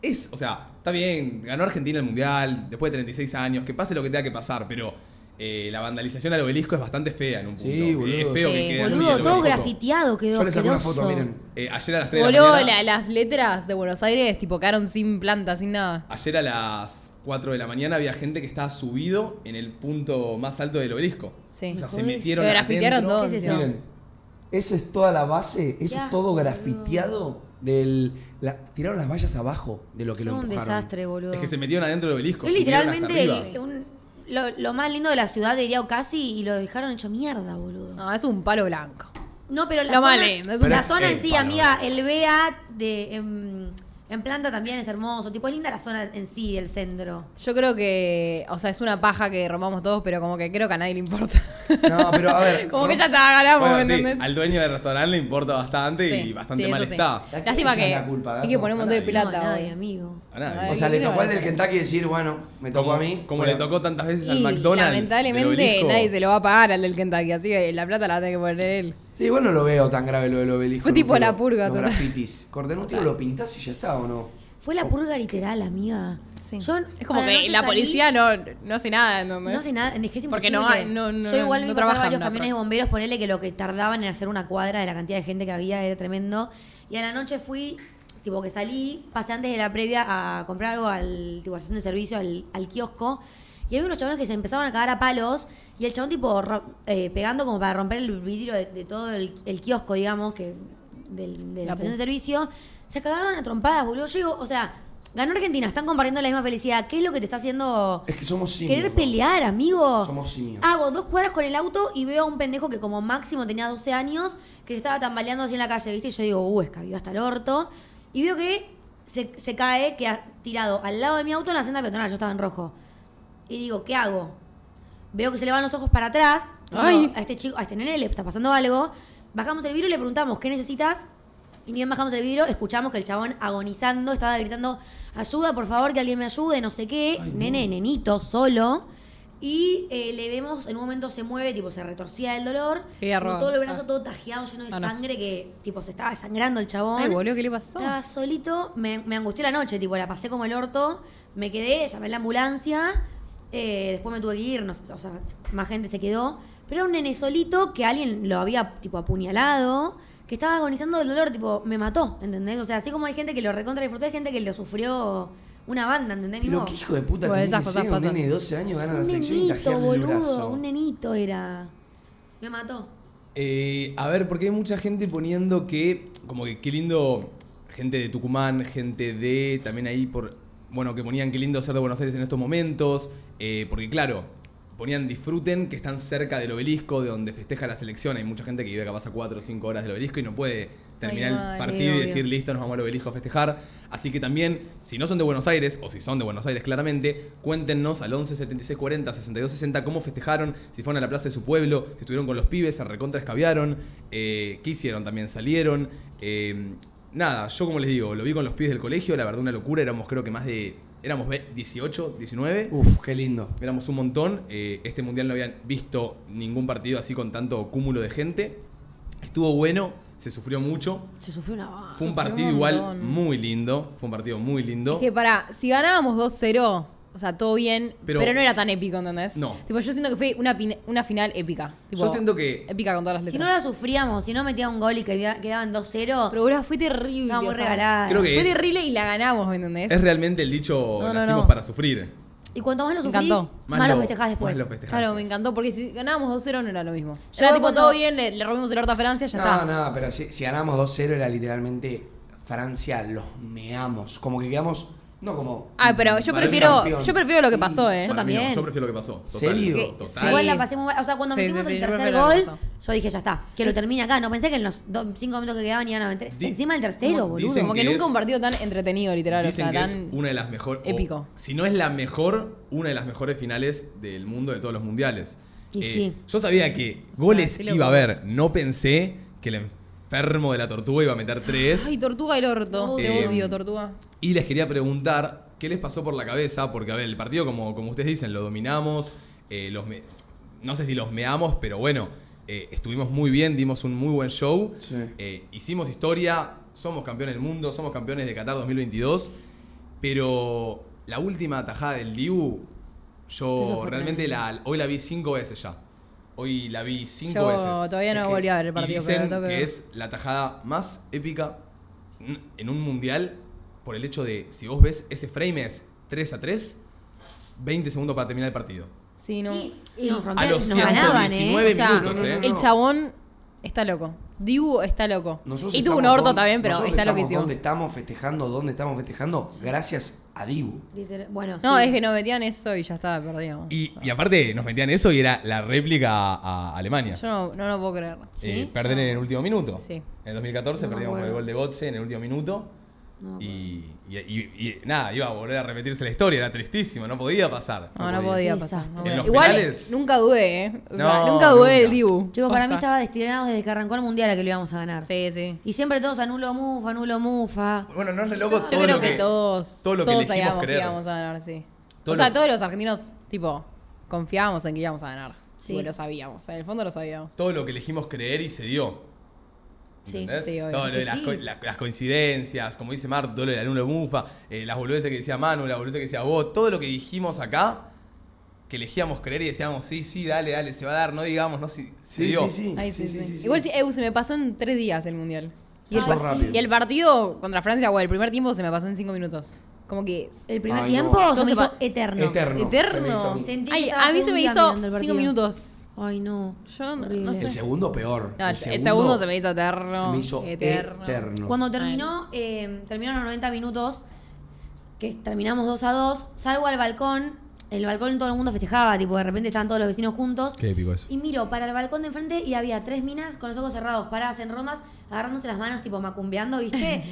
Es, o sea, está bien, ganó Argentina el mundial después de 36 años, que pase lo que tenga que pasar, pero eh, la vandalización al obelisco es bastante fea en un punto. Sí, que boludo. Es feo Sí. que quede así Eh, Boludo, el todo obelisco. grafiteado quedó. Yo les saco una asqueroso. foto, miren. Eh, ayer a las 3 de la Boludo, mañana. la- las letras de Buenos Aires, tipo, quedaron sin planta, sin nada. Ayer a las 4 de la mañana había gente que estaba subido en el punto más alto del obelisco. Sí. O sea, se Joder. metieron Se grafitearon adentro. todo. ¿Qué es encima. eso? Miren, esa es toda la base, eso Ya, es todo boludo. grafiteado del la- tiraron las vallas abajo de lo que Son lo un empujaron. desastre, boludo. Es que se metieron adentro del obelisco. Es subieron hasta literalmente el- arriba. un- lo, lo más lindo de la ciudad, diría casi, y lo dejaron hecho mierda, boludo. No, es un palo blanco. No, pero la Lo zona, más lindo, es la un- Pero es zona el en sí, palo. amiga, el BA de, en, en planta también es hermoso. Tipo, es linda la zona en sí del centro. Yo creo que, o sea, es una paja que rompamos todos, pero como que creo que a nadie le importa. <laughs> No, pero a ver, como que rom- ya está, ganamos, Bueno, ¿me sí, entendés? al dueño del restaurante le importa bastante Sí, y bastante sí, mal eso sí. está. quién Lástima le que echan la culpa, hay que gato? poner un A montón de nadie. no, a plata. nadie, hoy. amigo. A nadie. Ay, O sea, le ¿quién tocó al le va a del hacer? Kentucky decir, bueno, me tocó como, a mí. como bueno, le tocó tantas veces al Y McDonald's. del lamentablemente obelisco. nadie se lo va a pagar al del Kentucky, así que la plata la va a tener que poner él. Sí, igual no lo veo tan grave lo del obelisco. Fue en un tipo tiro, la purga, Los total. grafitis. Corten un tiro, lo pintás y ya está, ¿o no? Fue la purga literal, amiga. Yo es como a que noche la salí, policía no, no hace nada, ¿no? No sé nada, es que es Porque imposible. no hay- no- no- Yo igual no vi pasar trabajan varios la camiones de pro- bomberos, ponele que lo que tardaban en hacer una cuadra de la cantidad de gente que había era tremendo. Y a la noche fui, tipo que salí, pasé antes de la previa a comprar algo al tipo, a la estación de servicio, al, al kiosco. Y había unos chabones que se empezaban a cagar a palos. Y el chabón, tipo, ro- eh, pegando como para romper el vidrio de, de todo el, el kiosco, digamos, que del- de la, La estación de pu- servicio. Se cagaron a trompadas, boludo. Yo digo, o sea, ganó Argentina, están compartiendo la misma felicidad. ¿Qué es lo que te está haciendo Es que somos simios. Querer ¿no? pelear, amigo. Somos simios. Ah, Hago dos cuadras con el auto y veo a un pendejo que como máximo tenía 12 años, que se estaba tambaleando así en la calle, ¿viste? Y yo digo, uh, escabió hasta el orto. Y veo que se, se cae, que ha tirado al lado de mi auto en la senda peatonal, yo estaba en rojo. Y digo, ¿qué hago? Veo que se le van los ojos para atrás. Digo, Ay. a este chico, a este nene le está pasando algo. Bajamos el vidrio y le preguntamos, ¿qué necesitas? Y ni bien bajamos el vidrio, escuchamos que el chabón agonizando estaba gritando, ayuda, por favor, que alguien me ayude, no sé qué. Nene, nenito, solo. Y eh, le vemos, en un momento se mueve, tipo, se retorcía del dolor. Quería Con robar. todo el brazo Ah. todo tajeado, lleno de Ah, no. sangre, que, tipo, se estaba sangrando el chabón. Ay, boludo, ¿qué le pasó? Estaba solito, me, me angustió la noche, tipo, la pasé como el orto, me quedé, llamé a la ambulancia, eh, después me tuve que ir, no sé, o sea, más gente se quedó. Pero era un nene solito que alguien lo había, tipo, apuñalado, que estaba agonizando del dolor, tipo, me mató, ¿entendés? O sea, así como hay gente que lo recontra disfrutó, hay gente que lo sufrió una banda, ¿entendés? Pero Mismo? qué hijo de puta Pues tenés esas que cosas ser, un pasan. nene de 12 años gana la Un selección y nenito, tajearle el brazo. boludo, un nenito era. Me mató. Eh, a ver, porque hay mucha gente poniendo que, como que qué lindo gente de Tucumán, gente de también ahí por bueno que ponían qué lindo ser de Buenos Aires en estos momentos, eh, porque claro ponían disfruten que están cerca del obelisco de donde festeja la selección. Hay mucha gente que vive capaz a 4 o 5 horas del obelisco y no puede terminar Ay, el no, partido sí, y obvio. decir listo nos vamos al obelisco a festejar. Así que también si no son de Buenos Aires o si son de Buenos Aires claramente cuéntenos al 11 76 40 62 60 cómo festejaron, si fueron a la plaza de su pueblo, si estuvieron con los pibes, se recontra escabiaron, eh, qué hicieron también, salieron. Eh, nada, yo como les digo, lo vi con los pibes del colegio, la verdad una locura, éramos creo que más de... Éramos ve- 18, 19. Uf, qué lindo. Éramos un montón. eh, este mundial no habían visto ningún partido así con tanto cúmulo de gente. Estuvo bueno, se sufrió mucho. Se sufrió una banda. Fue un Sufrió partido un igual montón. muy lindo. Fue un partido muy lindo. Es que para, si ganábamos 2-0, o sea, todo bien, Pero- pero, no era tan épico, ¿entendés? No. Tipo, yo siento que fue una, pin- una final épica. Tipo, eh, Yo siento que Épica con todas las Si letras. no la sufríamos, si no metía un gol y que había- quedaban 2-0, Pero boludo, fue terrible. estaba muy o sea, regalada. Creo que- Fue es- terrible y la ganamos, ¿me entendés? es realmente el dicho No, no, nacimos no. para sufrir. Y cuanto más lo Me sufrís, más, encantó. lo festejás después. más lo festejás Claro, me después. encantó, porque si ganábamos 2-0 no era lo mismo. Yo era tipo cuando- todo bien, le, le rompimos el orto a Francia, ya Nada, está. nada, pero si, si ganamos 2-0 era literalmente Francia, los meamos. Como que quedamos, no como... Ah, pero yo Para prefiero- un campeón. yo prefiero lo que Sí. pasó, ¿eh? Yo Para mí también. no, yo prefiero lo que pasó. Total, ¿Serio? Que- total. sí. Igual la pasé muy mal. O sea, cuando Sí, metimos sí, el yo tercer prefiero lo que gol, pasó. yo dije, ya está, que lo termine acá. No pensé que en los do- cinco minutos que quedaban iban a meter. Di- Encima el tercero, Como- boludo. dicen Como que, que nunca es- un partido tan entretenido, literal. Dicen o sea, que tan... es una de las mejores. épico. Si no es la mejor, una de las mejores finales del mundo de todos los mundiales. Eh, Y sí. Yo sabía que O sea, goles qué loco. iba a haber. No pensé que el enfermo de la tortuga iba a meter tres. Ay, tortuga el orto. Eh, Te odio, tortuga. Y les quería preguntar qué les pasó por la cabeza, porque a ver, el partido, como, como ustedes dicen, lo dominamos, eh, los me- no sé si los meamos, pero bueno, eh, estuvimos muy bien, dimos un muy buen show, Sí. eh, hicimos historia, somos campeones del mundo, somos campeones de Qatar 2022, pero la última tajada del Dibu, Eso yo fue realmente la, hoy la vi cinco veces ya. Hoy la vi cinco Yo veces. todavía no Es que- volví a ver el y partido, dicen pero lo tengo que que ver. es es la tajada más épica en un mundial por el hecho de, si vos ves, ese frame es 3 a 3, 20 segundos para terminar el partido. Sí, no. Sí, y nos A rompían, los nos ganaban, 119 ¿eh? O sea, minutos, no, no, ¿eh? no, El chabón está loco. Dibu está loco. Nosotros y tuvo un estamos orto don- también, pero nosotros está estamos loquísimo. ¿Dónde estamos festejando? ¿Dónde estamos festejando? Gracias a Dibu. Literal- Bueno, No, sí. es que nos metían eso y ya estaba, perdíamos. Y, y aparte nos metían eso y era la réplica a, a Alemania. Yo no, no lo puedo creer. Eh, ¿Sí? perder en el último minuto. Sí. En el 2014 No me perdimos con el acuerdo. gol de Gotze en el último minuto. No me y, y- y- y nada, iba a volver a repetirse la historia, era tristísimo, no podía pasar. No, no podía. podía Qué pasar. desastre. no podía. En los Igual penales- nunca dudé, ¿eh? O sea, No, nunca dudé del nunca. Dibu. Chicos, para mí Posta. estaba destirado desde que arrancó el mundial a que lo íbamos a ganar. Sí, sí. Y siempre todos anulo mufa, anulo mufa. Bueno, no es re loco Yo todo creo lo que, todos, todo lo que todos elegimos sabíamos creer. que íbamos a ganar, sí. Todo o sea, lo- todos los argentinos, tipo, confiábamos en que íbamos a ganar. Sí. Porque lo sabíamos, en el fondo lo sabíamos. todo lo que elegimos creer y se dio. Sí, ¿entendés? sí, obvio. Todo lo de Es que las, sí. co- la- las coincidencias, como dice Marto, todo lo de la luna bufa, eh, las boludeces que decía Manu, las boludeces que decía vos, todo lo que dijimos acá, que elegíamos creer y decíamos, sí, sí, dale, dale, se va a dar, no digamos, no, sí, se dio. Ay, sí, sí. Igual si, EU, se me pasó en tres días el mundial. Y el, Pasó Ah, rápido. y el partido contra Francia, o el primer tiempo se me pasó en cinco minutos. Como que. El Ay, primer no. tiempo se me Entonces, hizo pa- eterno. Eterno. Se Eterno. me hizo a mí. Sentí que Ay, estaba a mí se me segunda hizo mirando el cinco partido. minutos. Ay, no. Yo no- Horrible. no sé. El segundo peor. No, el, el segundo se me hizo eterno. se me hizo eterno. Cuando terminó, eh, terminaron los 90 minutos, que terminamos 2 a 2, salgo al balcón, el balcón todo el mundo festejaba, tipo de repente estaban todos los vecinos juntos. Qué épico eso. Y miro para el balcón de enfrente y había tres minas con los ojos cerrados, paradas en rondas, agarrándose las manos, tipo <laughs> macumbeando, ¿viste?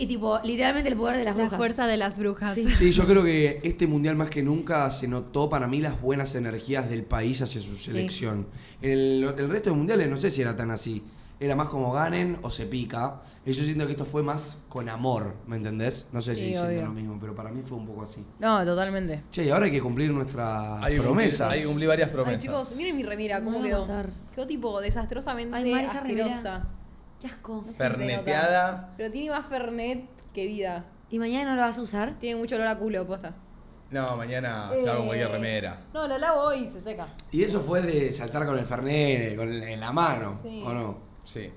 y tipo, literalmente el poder de las La brujas. fuerza de las brujas. Sí, yo creo que este mundial más que nunca se notó para mí las buenas energías del país hacia su selección. El, el resto de mundiales no sé si era tan así. Era más como ganen o se pica. Y yo siento que esto fue más con amor, ¿me entendés? No sé Sí, si siento obvio. lo mismo, pero para mí fue un poco así. No, totalmente. Che, y ahora hay que cumplir nuestras Hay que cumplir- promesas. Hay que cumplir varias Ay, promesas. chicos, miren mi remera, Me cómo voy a quedó. matar. Quedó tipo desastrosamente Ay, Mar, esa remera. asquerosa. Qué asco. Sí, se nota. Ferneteada. Pero tiene más fernet que vida. ¿Y mañana no lo vas a usar? Tiene mucho olor a culo, posta. No, mañana Ah, se va con cualquier Eh, remera. No, la lavo hoy y se seca. Y eso fue de saltar con el Fernet, con el- en la mano, Sí. ¿o no? Sí.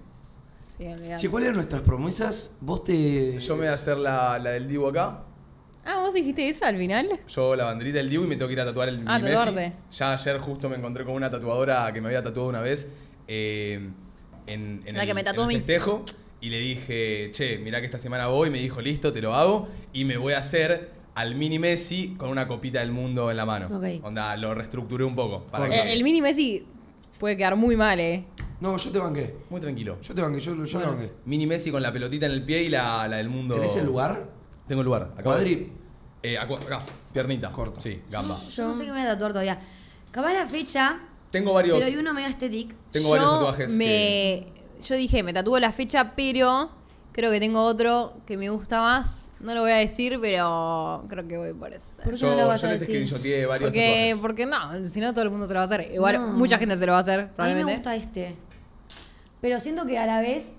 Sí, olvidate. Che, ¿cuáles eran nuestras promesas? Vos te... Yo me voy a hacer la, la del Divo acá. Ah, vos dijiste eso al final. Yo la banderita del Dibu y me tengo que ir a tatuar el Ah, mi tatuarte. Messi. Ya ayer justo me encontré con una tatuadora que me había tatuado una vez eh, en, en La el, que me tatuó en el a mí. festejo. y le dije, che, mirá que esta semana voy, me dijo, listo, te lo hago, y me voy a hacer al mini Messi con una copita del mundo en la mano. Ok. Onda, lo reestructuré un poco. para Correcto. que- Eh, el mini Messi puede quedar muy mal, ¿eh? No, yo te banqué. Muy tranquilo. Yo te banqué, yo, yo Bueno. lo banqué. Mini Messi con la pelotita en el pie y la, la del mundo. ¿Tenés el lugar? Tengo el lugar. Acá. Cuadri. Eh, acá, acá, piernita. Corta. Sí, gamba. Yo no sé qué me voy a tatuar todavía. Capaz la fecha, Tengo varios. pero hay uno medio estético. Tengo Yo varios tatuajes. Me, que- Yo dije, me tatúo la fecha, pero creo que tengo otro que me gusta más. No lo voy a decir, pero creo que voy por eso. ¿Por qué Yo, no lo vas yo a les decir? screenshoteé varios Porque, tatuajes. porque no, si no todo el mundo se lo va a hacer. Igual No. mucha gente se lo va a hacer, A mí me probablemente. gusta este. Pero siento que a la vez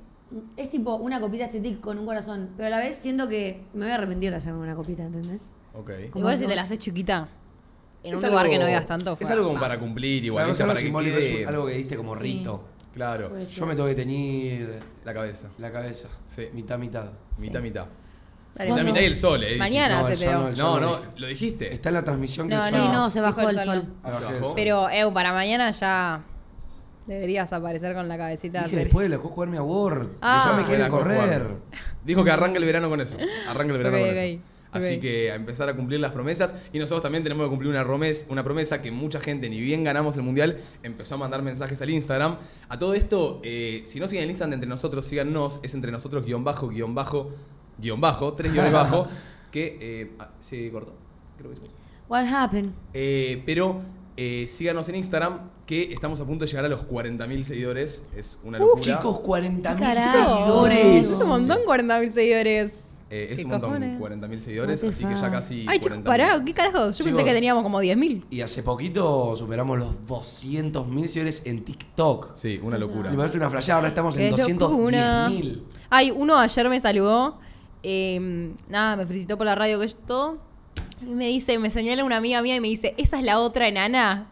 es tipo una copita estética con un corazón. Pero a la vez siento que me voy a arrepentir de hacerme una copita, ¿entendés? Ok. Igual Como si te dos. la haces chiquita, en un Es lugar algo- que no veas tanto. Es fue- algo como no. para cumplir, igual. Claro, ¿viste? es algo para simbólico, que quede- es algo que diste como rito. Claro, Puede Pues Yo me tengo que teñir la cabeza. la cabeza. Sí. Mitad, mitad. Mitad, mitad. Dale, mitad, ¿Cuándo? mitad y el sol, eh. dije. Mañana No, se el te sol dio. no, Este el No, sol no, lo dijiste. Está en la transmisión que No, el Sí, sol- no, se bajó Dijo el el sol. sol, Ah, bajé Se el bajó. sol. Pero, Eu, para mañana ya deberías aparecer con la cabecita. Dije del- después de la Coco Hermia Ward. Ah. Ya me Buena quieren correr. Coco. Dijo que arranca el verano con eso. Arranca el verano Ok, con ok, eso. Así ok. que a empezar a cumplir las promesas. Y nosotros también tenemos que cumplir una, romes- una promesa que mucha gente, ni bien ganamos el mundial, empezó a mandar mensajes al Instagram. A todo esto, eh, si no siguen el Instagram de entre nosotros, síganos. Es entre nosotros guión bajo, guión bajo, guión bajo, tres guiones <laughs> bajo. Que eh, ah, se cortó. Creo que sí. What happened? Eh, pero eh, síganos en Instagram, que estamos a punto de llegar a los 40.000 seguidores. Es una locura. Chicos, 40 mil Carajo. seguidores. Es un montón 40.000 seguidores. Eh, es ¿Qué un montón, cojones? 40.000 seguidores, No te así que ya fa. casi. Ay, chicos, 40.000. pará, ¿qué carajo? Yo pensé Chicos. que teníamos como 10.000. Y hace poquito superamos los 200 mil seguidores en TikTok. Sí, una locura. Me parece una flashada, ahora estamos Qué en 210 locura. mil. Ay, uno ayer me saludó. eh, nada, me felicitó por la radio que es todo. Y me dice, me señala una amiga mía y me dice, esa es la otra enana.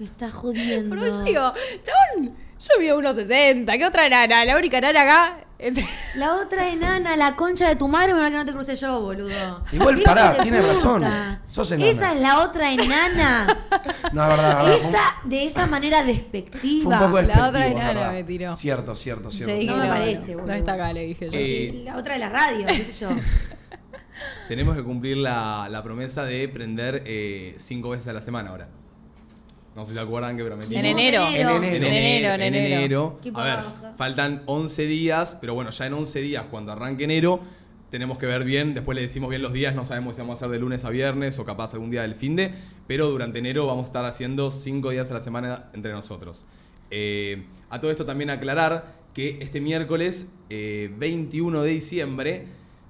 Me está <laughs> jodiendo. Pero yo digo, chabón, yo vivo 1.60, ¿qué otra enana? La única enana acá es... La otra enana, la concha de tu madre, menos mal que no te crucé yo, boludo. Igual, Hijo pará, de tiene puta. razón. Sos enana. Esa es la <laughs> otra enana. No, es verdad, es verdad. fue un- esa, de esa manera Fue, despectiva. un poco la despectivo, otra es enana verdad. me tiró. Cierto, cierto, Yo cierto. dije, No me parece, no, boludo. está acá, le dije yo. Eh, Sí, la otra de la radio, qué <laughs> sé yo. Tenemos que cumplir la, la promesa de prender eh, cinco veces a la semana ahora. No sé si se acuerdan que prometí. En dijimos enero. enero. En En enero. enero, en en enero. Qué A ver, paja. faltan 11 días, pero bueno, ya en 11 días, cuando arranque enero, tenemos que ver bien. Después le decimos bien los días, no sabemos si vamos a hacer de lunes a viernes o capaz algún día del fin de. Pero durante enero vamos a estar haciendo 5 días a la semana entre nosotros. Eh, a todo esto también aclarar que este miércoles eh, 21 de diciembre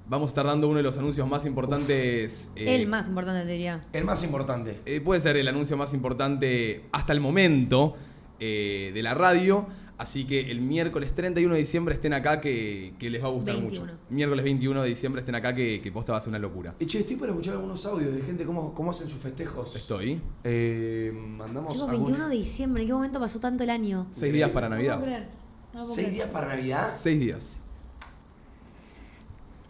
vamos a estar dando uno de los anuncios más importantes. eh, El más importante, te diría. El más importante. eh, puede ser el anuncio más importante hasta el momento eh, de la radio. Así que el miércoles 31 de diciembre estén acá que, que les va a gustar 21. mucho. Miércoles 21 de diciembre estén acá que, que posta va a ser una locura. Y che, estoy para escuchar algunos audios de gente, cómo, cómo hacen sus festejos. Estoy. Eh, mandamos Chicos, algún- 21 de diciembre, ¿en qué momento pasó tanto el año? Seis días para No lo puedo Navidad. creer, no lo puedo ¿Seis creer. días para Navidad? Seis días.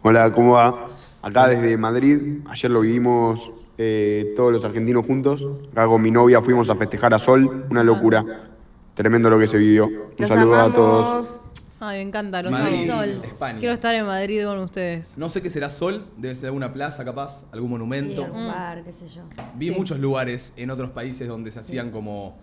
Hola, ¿cómo va? Acá desde Madrid, ayer lo vivimos eh, todos los argentinos juntos. Acá con mi novia fuimos a festejar a Sol, Ah. una locura. Tremendo lo que se vivió. Un Los saludo a amamos. todos. Ay, me encanta, los Madrid, amo. Sol. España. Quiero estar en Madrid con ustedes. No sé qué será Sol, debe ser alguna plaza capaz, algún Sí, monumento. algún bar, qué sé yo. Vi Sí. muchos lugares en otros países donde se hacían como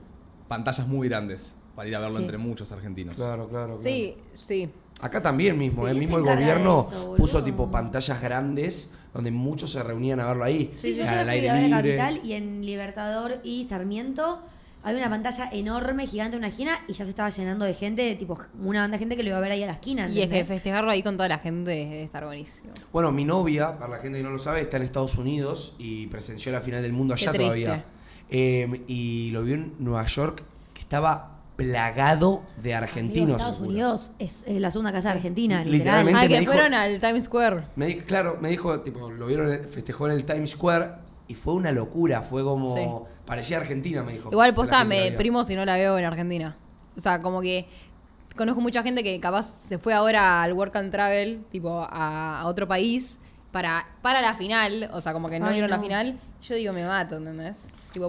pantallas muy grandes para ir a verlo Sí. entre muchos argentinos. Claro, claro, claro. Sí, sí. Acá también mismo, ¿eh? el Sí, se mismo el encarga de gobierno eso, boludo. puso tipo pantallas grandes donde muchos se reunían a verlo ahí. Sí, yo al ya fui aire a ver a libre. Capital y en Libertador y Sarmiento había una pantalla enorme, gigante en una esquina y ya se estaba llenando de gente, tipo una banda de gente que lo iba a ver ahí a la esquina. Y es que Ah, ¿entendés? festejarlo ahí con toda la gente debe estar buenísimo. Bueno, mi novia, para la gente que no lo sabe, está en Estados Unidos y presenció la final del mundo Qué allá triste. todavía. Eh, y lo vio en Nueva York, que estaba plagado de Amigo, argentinos. Estados Unidos es, es la segunda casa de Argentina, literal. Literalmente. Ah, Gente que me dijo- fueron al Times Square. Me di- claro, me dijo, tipo, lo vieron, eh, festejó en el Times Square y fue una locura, fue como... Sí. Parecía Argentina, me dijo. Igual La posta, gente que me la vio. primo si no la veo en Argentina. O sea, como que conozco mucha gente que capaz se fue ahora al Work and Travel, tipo a, a otro país, para, para la final. O sea, como que no Ay, vieron la no. final. Yo digo, me mato, ¿entendés? Tipo,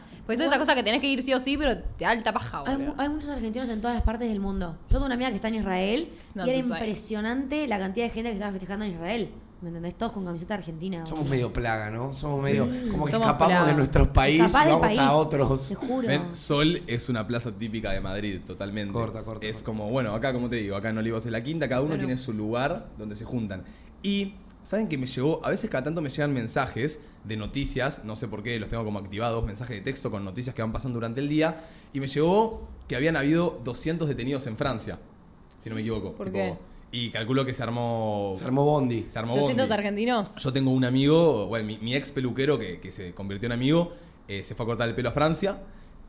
posta. Pues eso es esa igual- cosa que tenés que ir sí o sí, pero te da alta paja, Hay, boludo. mu- hay muchos argentinos en todas las partes del mundo. Yo tengo una amiga que está en Israel It's y not era the same. impresionante la cantidad de gente que estaba festejando en Israel. ¿Me entendés? Todos con camiseta argentina. Somos medio plaga, ¿no? Somos medio. Como que Somos escapamos plaga. de nuestros países y Escapás del vamos país, a otros. Te juro. Ven, Sol es una plaza típica de Madrid, totalmente. Corta, corta, Es corta. como, bueno, acá como te digo, acá en Olivos es la quinta, cada uno Claro. tiene su lugar donde se juntan. Y, ¿saben que me llegó? A veces cada tanto me llegan mensajes de noticias, no sé por qué, los tengo como activados, mensajes de texto con noticias que van pasando durante el día, y me llegó que habían habido 200 detenidos en Francia, si no me equivoco. ¿Por qué? Y calculo que se armó... Se armó Bondi. se armó Los cientos bondi. argentinos. Yo tengo un amigo, bueno, mi, mi ex peluquero que, que se convirtió en amigo, eh, se fue a cortar el pelo a Francia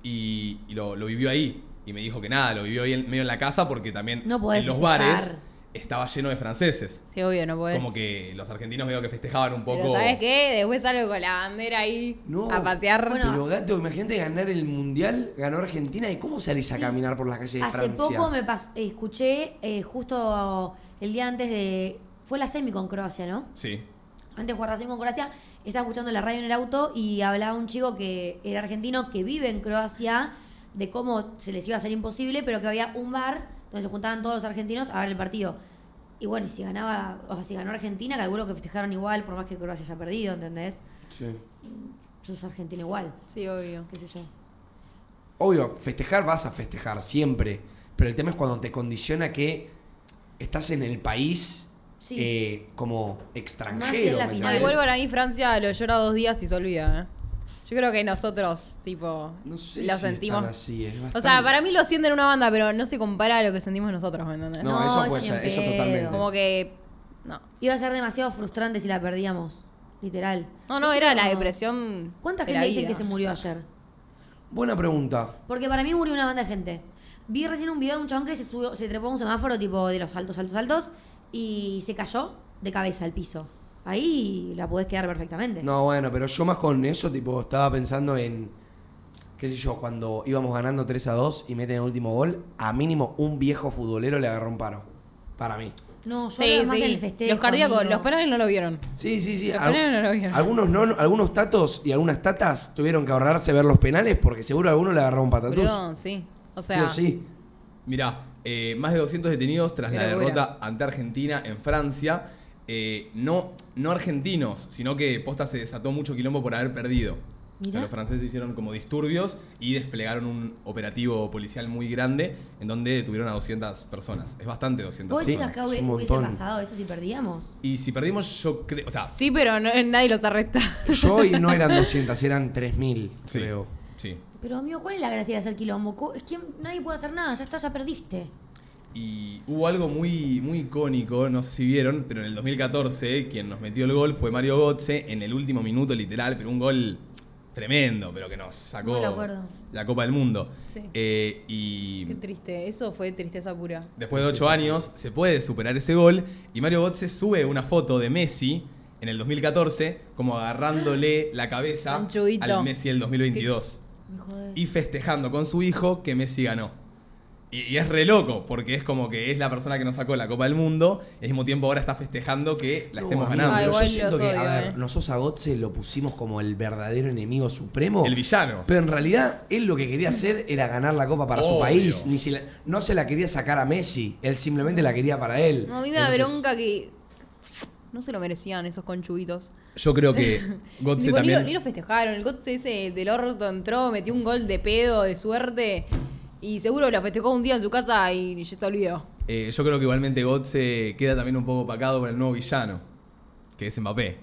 y, y lo, lo vivió ahí. Y me dijo que nada, lo vivió ahí en- medio en la casa porque también No podés en los festejar. Pues bares estaba lleno de franceses. Sí, obvio, no podés. Como que los argentinos veo que festejaban un poco. Pero ¿sabes qué? Después salgo con la bandera ahí No, a pasear. Ah, Pero gato, imagínate ganar el mundial, ganó Argentina y cómo salís a Sí. caminar por las calles de Hace Francia. poco me pas- escuché eh, justo el día antes de. Fue la semi con Croacia, ¿no? Sí. Antes de jugar la semi con Croacia, estaba escuchando la radio en el auto y hablaba un chico que era argentino que vive en Croacia de cómo se les iba a hacer imposible, pero que había un bar donde se juntaban todos los argentinos a ver el partido. Y bueno, y si ganaba, o sea, si ganó Argentina, calculo que festejaron igual, por más que Croacia haya perdido, ¿entendés? Sí. Sos argentino igual, Sí, obvio. qué sé yo. Obvio, festejar vas a festejar siempre. Pero el tema es cuando te condiciona que estás en el país Sí. eh, como Más si es extranjero. la ¿me final. Ay, entendés? vuelvo a mí, Francia lo llora dos días y se olvida, ¿eh? Yo creo que nosotros, tipo, No sé si lo es tan sentimos. así, es o sea, bastante- para mí lo sienten una banda, pero no se compara a lo que sentimos nosotros, ¿me entendés? No, No, eso eso puede ni ser, en eso pedo. totalmente. Como que. No. Iba a ser demasiado frustrante si la perdíamos, literal. No, Yo no, era creo- la depresión. ¿Cuánta de gente la dice vida. que se murió ayer? Buena pregunta. Porque para mí murió una banda de gente. Vi recién un video de un chabón que se, subió, se trepó a un semáforo tipo de los altos, altos, altos y se cayó de cabeza al piso. Ahí la podés quedar perfectamente. No, bueno, pero yo más con eso, tipo, estaba pensando en, qué sé yo, cuando íbamos ganando 3 a 2 y meten el último gol, a mínimo un viejo futbolero le agarró un paro. Para mí. No, yo Sí, era más en el sí. festejo. Los cardíacos, amigo. los penales no lo vieron. Sí, sí, sí. Los Al- penales no lo vieron. algunos, no, algunos tatos y algunas tatas tuvieron que ahorrarse ver los penales porque seguro alguno le agarró un patatús. Perdón, sí. O sí sea, o sí. Mirá, eh, más de 200 detenidos tras Qué la locura. derrota ante Argentina en Francia. Eh, no, no argentinos, sino que Posta se desató mucho quilombo por haber perdido. O sea, Mirá. los franceses hicieron como disturbios y desplegaron un operativo policial muy grande en donde detuvieron a 200 personas. Es bastante 200 ¿Vos Sí, decís personas. que es un hue- hubiese montón. pasado eso si perdíamos? Y si perdimos, yo creo... O sea, sí, pero no- nadie los arresta. Yo y no eran 200, eran 3000, sí, creo. sí. Pero amigo, ¿cuál es la gracia de hacer quilombo? Co- Es que nadie puede hacer nada, ya está, ya perdiste. Y hubo algo muy, muy icónico, no sé si vieron, pero en el 2014 quien nos metió el gol fue Mario Götze en el último minuto literal, pero un gol tremendo, pero que nos sacó No lo acuerdo. la Copa del Mundo. Sí. Eh, y Qué triste. Eso fue tristeza pura. después de ocho años se puede superar ese gol y Mario Götze sube una foto de Messi en el 2014 como agarrándole la cabeza Anchuito. al Messi del 2022 Me jodés. y festejando con su hijo que Messi ganó. Y, y es re loco, porque es como que es la persona que nos sacó la Copa del Mundo, y al mismo tiempo ahora está festejando que la No, estemos amigo, ganando. Ay, pero Ah, igual yo siento los que, odio, a ver, eh. nosotros a Gotze lo pusimos como el verdadero enemigo supremo. El villano. Pero en realidad, él lo que quería hacer era ganar la copa para su Obvio. país. Ni se la- no se la quería sacar a Messi. Él simplemente la quería para él. No, a mí me da Entonces, bronca que. No se lo merecían esos conchuguitos. Yo creo <laughs> que Gotze Tipo, ni, lo, también. ni lo festejaron. El Gotze ese del orto entró, metió un gol de pedo, de suerte. Y seguro lo festejó un día en su casa y ya se olvidó. eh, yo creo que igualmente Gotze queda también un poco opacado por el nuevo villano, que es Mbappé.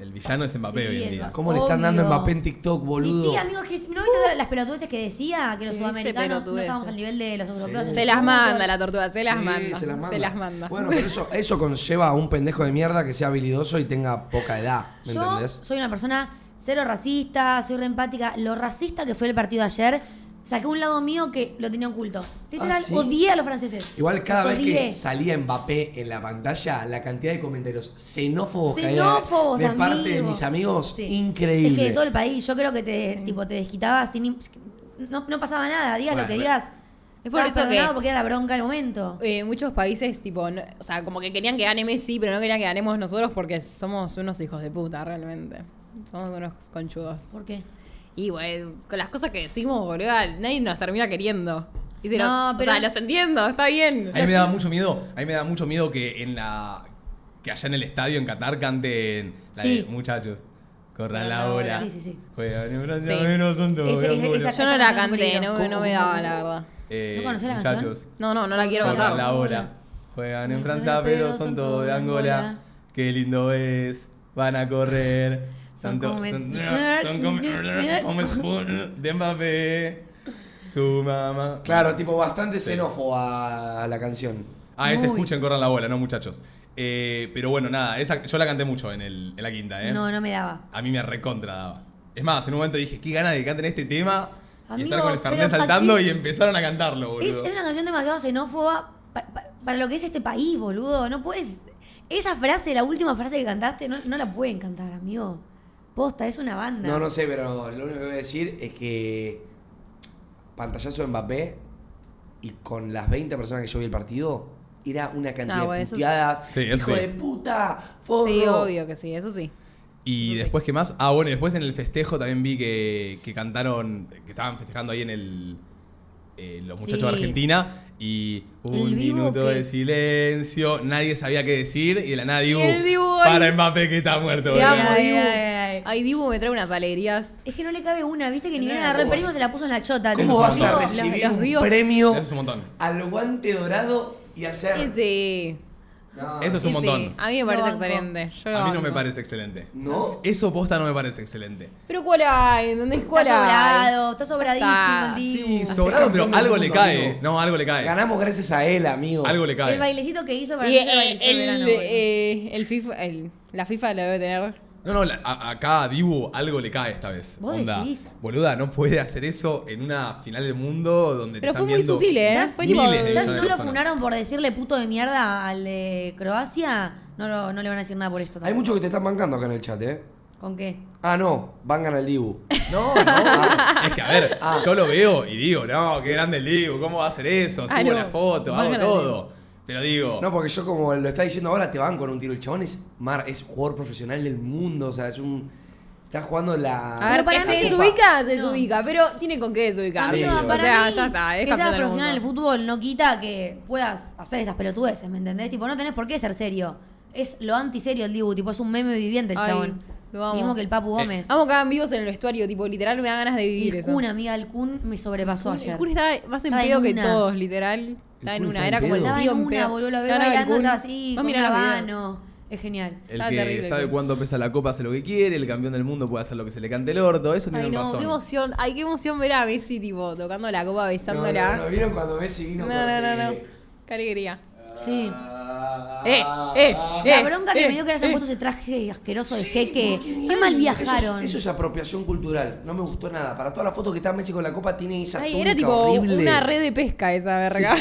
El villano es Mbappé Sí, hoy en el día. Mbappé. ¿Cómo le están dando Obvio. Mbappé en TikTok, Y boludo? Uh. sí, amigos, que- ¿no viste las pelotudeces que decía que los Que dice sudamericanos no pelotudeces. estábamos al nivel de los europeos? en Se el las fútbol? manda la tortuga, se las Sí, manda. se las manda. manda. Bueno, pero eso, eso conlleva a un pendejo de mierda que sea habilidoso y tenga poca edad. ¿Me Yo entendés? soy una persona cero racista, soy re empática. Lo racista que fue el partido ayer, saqué un lado mío que lo tenía oculto. Literal, Ah, ¿sí? odié a los franceses. Igual cada Los vez que odié. salía Mbappé en la pantalla, la cantidad de comentarios xenófobos, que había Xenófobos, de amigos. parte de mis amigos, Sí. Es increíble. que de todo el país, yo creo que te, tipo, te desquitaba sin... No, no pasaba nada, digas Bueno, lo que re- digas. Es por Estabas eso que- perdonado porque era la bronca del momento. <laughs> Eh, muchos países, tipo, no- o sea, como que querían que gane Messi, pero no querían que ganemos nosotros porque somos unos hijos de puta, realmente. Somos unos conchudos. ¿Por qué? Y, güey, con las cosas que decimos, boludo, nadie nos termina queriendo. Y si No, los- pero- O sea, los entiendo, está bien. A mí me da mucho miedo, a mí me da mucho miedo que en la que allá en el estadio en Qatar canten la de, Sí. muchachos. Corran Corran la la hora. hora". Sí, sí, sí. Juegan en Francia, Sí. menos son todos, Ese- vean ese- bola. esa- Yo no la canción es canté, un no, peligro. no me daba, la verdad. Eh, ¿No conocés la muchachos, No, no, no la quiero corran cantar. la hora. Angola. Juegan en Francia, pero son todos de Angola. Qué lindo es. Van a correr. Son, Son to- como- son, son <laughs> como, como el fútbol de Mbappé. Su mamá. Claro, tipo bastante xenófoba la canción. Ah, ese Muy. escuchen, corran la bola, no muchachos. Eh, pero bueno, nada, esa, yo la canté mucho en, el, en la quinta, ¿eh? No, no me daba. A mí me recontra daba. Es más, en un momento dije, qué gana de que canten este tema. y estar Amigo, con el Fernet pero ¿pa' saltando qué? y empezaron a cantarlo, Es, boludo. es una canción demasiado xenófoba pa- pa- para, lo que es este país, boludo. No puedes. Esa frase, la última frase que cantaste, no, no la pueden cantar, amigo. Posta, es una banda. No, no sé, pero lo único que voy a decir es que pantallazo de Mbappé y con las 20 personas que yo vi el partido, era una cantidad Ah, bueno, de eso sí. puteadas. Sí, eso ¡Hijo sí. de puta! ¡Forro! Sí, obvio que sí, eso sí. Y Eso sí. después, ¿qué más? Ah, bueno, y después en el festejo también vi que, que cantaron, que estaban festejando ahí en el. eh, los muchachos de Sí. Argentina. Y un ¿El Dibu minuto o qué? de silencio, nadie sabía qué decir. Y de la nada, Dibu, el Dibu ahí. para Mbappé que está muerto, Te boludo. amo, Ay, Dibu. ay, ay. Ay, Dibu me trae unas alegrías. Es que no le cabe una, viste que ni No, bien agarró el ¿cómo perico vas- se la puso en la chota. ¿Cómo Tipo, vas a amigo, recibir los un vivos- premio Eso es un montón. al guante dorado y hacer... Y sí. No, Eso es y un montón. sí. A mí me Lo parece banco. excelente. Yo lo A mí no banco. me parece excelente. ¿No? Eso posta no me parece excelente. Pero ¿cuál hay? ¿Entendés cuál Está hay? sobrado, está sobradísimo el Dibu. Ah, Sí, sobrado, pero campeón del algo le mundo, cae. amigo. No, algo le cae. Ganamos gracias a él, amigo. Algo le cae. El bailecito que hizo para Y mí es el eh, bailecito de verano, el, boludo. eh, el FIFA, el- la FIFA la debe tener. No, no, la- a- acá a Dibu algo le cae esta vez. ¿Vos decís? Boluda, no puede hacer eso en una final del mundo donde te Pero están fue muy viendo sutil, ¿eh? Ya, Fue miles tipo- de ya millones de si no lo personas. funaron por decirle puto de mierda al de Croacia, no, lo- no le van a decir nada por esto. Hay tampoco. muchos que te están bancando acá en el chat, ¿eh? ¿Con qué? Ah, no, bancan al <laughs> Dibu. No, no. ah, es que a ver, yo lo veo y digo, no, qué grande el Dibu, ¿cómo va a hacer eso? Subo Ah, no. la foto, Más hago grande. todo. Pero digo, No, porque yo como lo está diciendo ahora, te van con un tiro. El chabón es mar, es jugador profesional del mundo, o sea, es un. Está jugando la. A ver, para para la se mí- Copa. desubica, se No. desubica, pero tiene con qué desubicar. Sí, Amigo, o o para sea, mí, ya está, es que seas campeón del profesional del mundo. fútbol no quita que puedas hacer esas pelotudeces, ¿me entendés? Tipo, no tenés por qué ser serio. Es lo antiserio el Dibu, tipo, es un meme viviente el Ay, chabón. lo amo. Eh, Mismo que el Papu Gómez. Amo que hagan vivos en el vestuario, tipo, literal me da ganas de vivir el eso. Kun, amiga, el Kun me sobrepasó El ayer. Kun estaba más en Estaba en pedo que una. todos, literal. Estaba en Kun está en una, era como el pedo. Estaba tío en en una, pedo. boludo, lo veo Estaba en el bailando Kun. estaba así, Vos con mirá una los videos. Eh, habano. Es genial. el está que terrible, sabe sí. cuánto pesa la copa hace lo que quiere, el campeón del mundo puede hacer lo que se le cante el orto, eso tiene Ay, no, razón. qué emoción. Ay, qué emoción ver a Messi, tipo, tocando la copa, No, no, no, besándola. no, ¿Vieron cuando Messi vino? No, con- no, no, no. eh, Qué alegría. Sí. Eh, eh, La eh, bronca que eh, me dio que le hayan eh. puesto ese traje asqueroso de sí, jeque. porque Qué mal. mal Eso viajaron. es, eso es apropiación cultural. No me gustó nada. Para todas las fotos que está Messi con la copa, tiene esa Ay, túnica era tipo horrible. una red de pesca esa verga.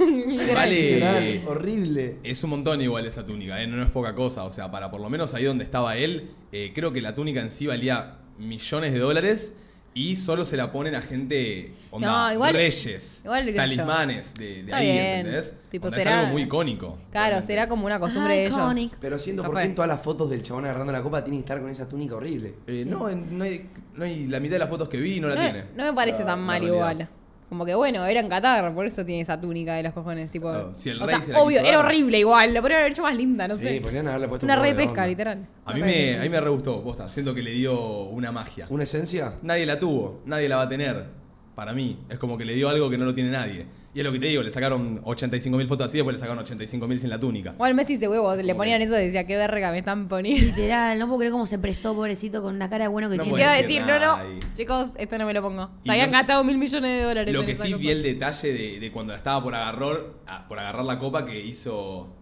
Vale. Literal, Horrible. Es un montón igual esa túnica, ¿eh? no es poca cosa. O sea, para por lo menos ahí donde estaba él, eh, creo que la túnica en sí valía millones de dólares y solo se la ponen a gente, onda, No, igual- reyes, igual qué sé yo. talismanes de, de Está ahí, bien. ¿entendés? Tipo, Onda, será- Es algo muy icónico. <laughs> Claro, realmente. será como una costumbre de ellos. Iconic. Pero siento por Capaz. qué en todas las fotos del chabón agarrando la copa tiene que estar con esa túnica horrible. Eh, no, en- no hay, no hay- la mitad de las fotos que vi no la No, tiene. no me parece La- tan Ah, la mal realidad. igual. Como que bueno, era en Qatar, por eso tiene esa túnica de los cojones. Tipo, Claro, si el o rey sea, se la obvio, quiso era dar. horrible igual, lo podrían haber hecho más linda, no sí, sé. podrían haberle puesto Una un red poco de de pesca, onda. literal. A Una mí, red de me, pesca. a mí me re gustó, posta. Siento que le dio una magia. ¿Una esencia? Nadie la tuvo, nadie la va a tener. Para mí, es como que le dio algo que no lo tiene nadie. Y es lo que te digo, le sacaron 85.000 fotos así, después le sacaron 85.000 sin la túnica. Igual Messi se huevo, le Como ponían que- eso y decía, qué verga me están <laughs> poniendo. Literal, no puedo creer cómo se prestó, pobrecito, con una cara de bueno que No Y tiene. te iba a puede decir, ser no, no, nada ahí. chicos, esto no me lo pongo. Y Se habían no- gastado mil millones de dólares. Lo en que esa sí cosa. vi el detalle de, de cuando la estaba por agarrar, a- por agarrar la copa que hizo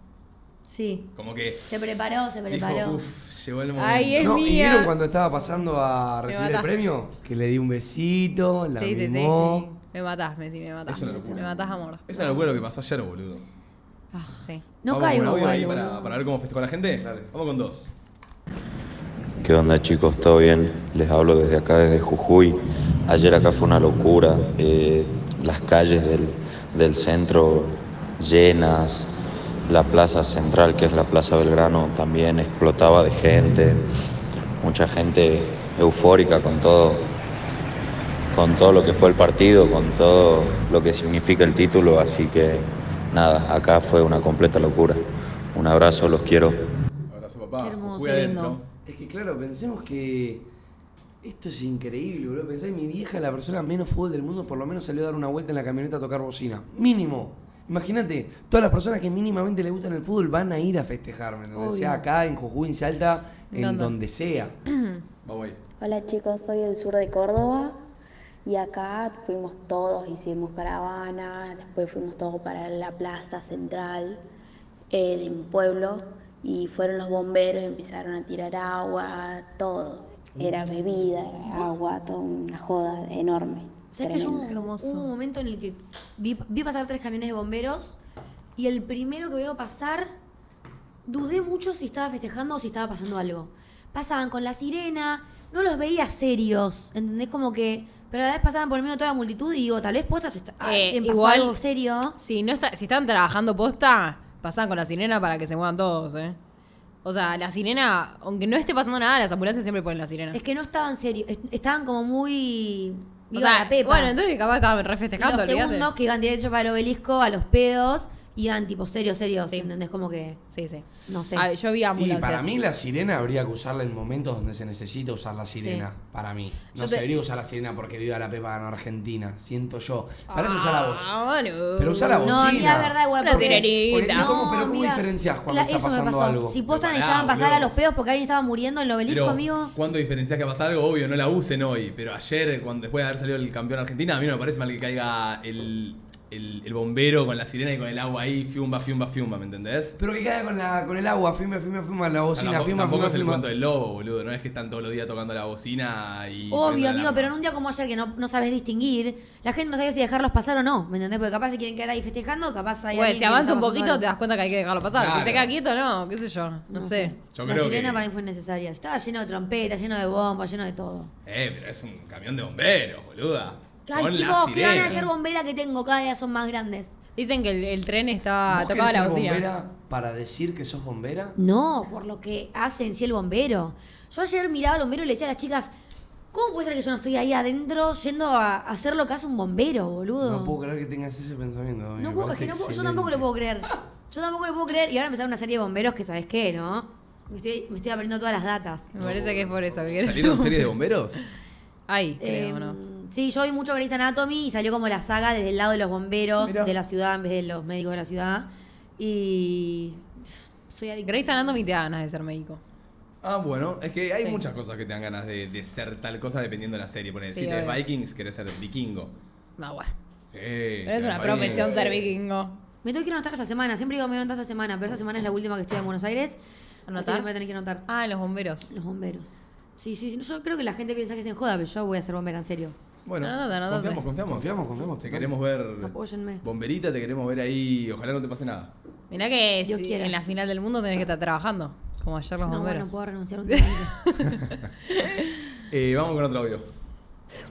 Sí. como que Se preparó, se dijo, preparó. uff, llegó el momento. Ahí es no, ¿Y mía. vieron cuando estaba pasando a recibir el matás. premio? Que le di un besito, la Sí, sí, sí, mimó. sí. Me matás, Messi, me matás. Es una locura. Me matás amor. Ah, Es una locura lo que pasó ayer, boludo. Sí. Vamos con no un caigo audio ahí igual. para, boludo. para ver cómo festejó la gente. Dale. Vamos con dos. ¿Qué onda chicos? ¿Todo bien? Les hablo desde acá, desde Jujuy. Ayer acá fue una locura. eh, las calles del, del centro llenas, la plaza central, que es la Plaza Belgrano, también explotaba de gente. mucha gente eufórica con todo, con todo lo que fue el partido, con todo lo que significa el título, así que nada, acá fue una completa locura. Un abrazo, los quiero. Abrazo, papá. Qué hermoso, Jugué adentro. lindo. Es que claro, pensemos que esto es increíble, boludo. Pensá, mi vieja, la persona menos fútbol del mundo, por lo menos salió a dar una vuelta en la camioneta a tocar bocina. Mínimo. Imagínate, todas las personas que mínimamente le gustan el fútbol van a ir a festejar, ¿me entendés? Obvio. Sea acá, en Jujuy, en Salta, Me en encanta. donde sea. Vamos ahí. Hola chicos, soy del sur de Córdoba y acá fuimos todos, hicimos caravana, después fuimos todos para la plaza central eh, de mi pueblo y fueron los bomberos, empezaron a tirar agua, todo. Era Mm. bebida, era agua, toda una joda enorme. ¿Sabes que yo tremenda. hubo- Hermoso. hubo un momento en el que vi, vi pasar tres camiones de bomberos y el primero que veo pasar, dudé mucho si estaba festejando o si estaba pasando algo. Pasaban con la sirena, no los veía serios, ¿entendés? Como que, pero a la vez pasaban por el medio de toda la multitud y digo, tal vez postas está, Eh, alguien pasó igual- algo serio. Si, no está, si están trabajando posta, pasan con la sirena para que se muevan todos, ¿eh? O sea, la sirena, aunque no esté pasando nada, las ambulancias siempre ponen la sirena. Es que no estaban serios, est- estaban como muy... o viva sea, la pepa. bueno, entonces capaz estaban re Y festejando, los olvídate. segundos que iban derecho para el obelisco, a los pedos, iban tipo serios, serios, Sí. ¿entendés? Como que... Sí, sí. No sé. Ah, yo vi Y ambulancias. para mí la sirena habría que usarla en momentos donde se necesita usar la sirena. Para mí. No Yo se te- debería usar la sirena porque viva la Pepa en Argentina. Siento yo. Para eso usar la voz. Ah, boludo. Pero usa la No, bocina. mira, es verdad, igual. Una porque- sirenita. Porque- No, ¿cómo- pero ¿cómo amiga, diferencias cuando cla- está eso me pasando pasó. algo? Si postan Pero pará, estaban pasar a boludo. los pedos porque alguien estaba muriendo en el obelisco, Pero, amigo. ¿cuándo diferencias que va a pasar algo? Obvio, no la usen hoy. Pero ayer, cuando después de haber salido el campeón Argentina, a mí no me parece mal que caiga el, el- el bombero con la sirena y con el agua ahí, fiumba, fiumba, fiumba, ¿me entendés? Pero que caiga con, la, con el agua, firme, firme, firme, la O sea, bocina, tampoco firme, tampoco firme, es el firme. cuento del lobo, boludo. No es que están todos los días tocando la bocina y. prendiendo Obvio, amigo, alarma. pero en un día como ayer que no, no sabes distinguir, la gente no sabía si dejarlos pasar o no, ¿me entendés? Porque capaz se quieren quedar ahí festejando, capaz hay Güey, alguien Pues, si que le avanza está un pasando poquito algo. te das cuenta que hay que dejarlo pasar. Claro. Si se queda quieto, no, qué sé yo. No, sé. Yo la creo sirena que- para mí fue necesaria. Estaba lleno de trompetas, lleno de bombas, lleno de todo. Eh, pero es un camión de bomberos, boluda. Ay, Con la chicos, ¿qué van a sirena. hacer bombera que tengo? Cada día son más grandes. Dicen que el, el tren estaba Ah, ¿Vos tocaba querés la ser bocina. bombera para decir que sos bombera? No, por lo que hace en sí el bombero. Yo ayer miraba al bombero y le decía a las chicas, ¿cómo puede ser que yo no estoy ahí adentro yendo a hacer lo que hace un bombero, boludo? No puedo creer que tengas ese pensamiento. me No puedo- es parece que no puedo- yo excelente. tampoco lo puedo creer. Yo tampoco lo puedo creer. Y ahora empezaron una serie de bomberos que, ¿sabes qué, no? Me estoy, me estoy aprendiendo todas las datas. Me parece que es por eso. que querés- ¿Salieron series de bomberos? Ay, creo, Eh, ¿no? Sí, yo vi mucho Grey's Anatomy y salió como la saga desde el lado de los bomberos Mirá. de la ciudad en vez de los médicos de la ciudad. Y. Soy adicta. Grace Anatomy te da ganas de ser médico. Ah, bueno, es que hay muchas cosas que te dan ganas de, de ser tal cosa dependiendo de la serie. Por Sí, decir, de obvio. Vikings querés ser vikingo. No, bueno. Sí. Pero es te vas vikingo. una eh, profesión ser vikingo. Me tengo que ir a anotar esta semana. Siempre digo me voy a anotar esta semana, pero esta semana es la última que estoy en Buenos Aires. ¿Anotar? Así que me voy a tener que anotar. Ah, los bomberos. Los bomberos. Sí, sí, sí. Yo creo que la gente piensa que es en joda, pero yo voy a ser bombera, en serio. Bueno, Anotate, anotate. confiamos, confiamos. Confiamos, confiamos, Te total. queremos ver. Apóyenme. Bomberita, te queremos ver ahí. Ojalá no te pase nada. Mirá que Dios si- quiera. en la final del mundo tenés que estar trabajando. Como ayer los No, bueno, bomberos. puedo renunciar <laughs> un día. antes. Eh, vamos con otro audio.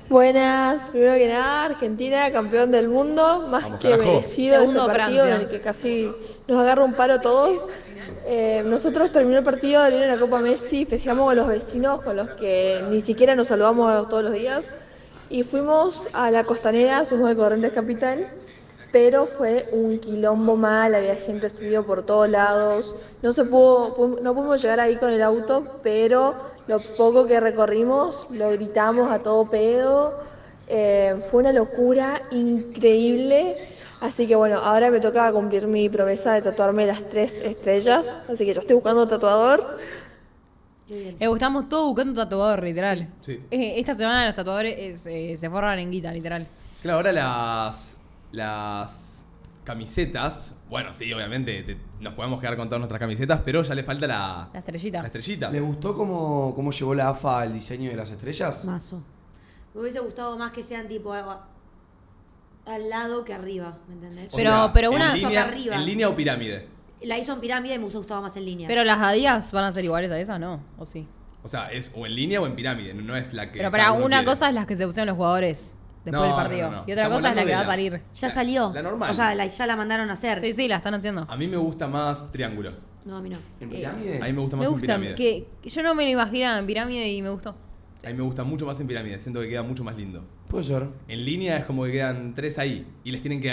Buenas, primero que nada, Argentina, campeón del mundo, más Vamos, que carajo. merecido Segundo, ese partido Francia. en el que casi nos agarra un paro todos. Eh, nosotros terminó el partido, le dieron la Copa Messi, festejamos con los vecinos, con los que ni siquiera nos saludamos todos los días, y fuimos a la costanera, somos de Corrientes Capital, pero fue un quilombo mal, había gente subido por todos lados, no se pudo, pu- no pudimos llegar ahí con el auto, pero lo poco que recorrimos lo gritamos a todo pedo, Eh, fue una locura increíble, así que bueno, ahora me toca cumplir mi promesa de tatuarme las tres estrellas, así que ya estoy buscando tatuador, Eh, estamos todos buscando tatuador, literal. Sí, sí. Eh, esta semana los tatuadores eh, se- se forran en guita, literal. Claro, ahora las. Las camisetas. Bueno, sí, obviamente. te- nos podemos quedar con todas nuestras camisetas, pero ya le falta la, La estrellita. la estrellita. ¿Les gustó cómo, cómo llevó la AFA el diseño de las estrellas? Mazo. Me hubiese gustado más que sean tipo algo al lado que arriba, ¿me entendés? O Pero- sea, pero una- en línea, Toca arriba. en línea o pirámide. La hizo en pirámide y me hubiese gustado más en línea. Pero las adidas van a ser iguales a esas, ¿no? ¿O sí? O sea, es o en línea o en pirámide. No es la que. Pero para cada uno una quiere. cosa es las que se pusieron los jugadores después No, del no, partido. no, no. Y otra Estamos cosa es la hablando que de va a la- salir. ya la- salió. la normal. O sea, la- ya la mandaron a hacer. Sí, sí, la están haciendo. A mí me gusta más triángulo. No, a mí no. ¿En Eh, pirámide? A mí me gusta más Me en gusta, pirámide. que, que yo no me lo imaginaba en pirámide y me gustó. A mí me gusta mucho más en pirámide, siento que queda mucho más lindo. Puede ser. En línea es como que quedan tres ahí y les tienen que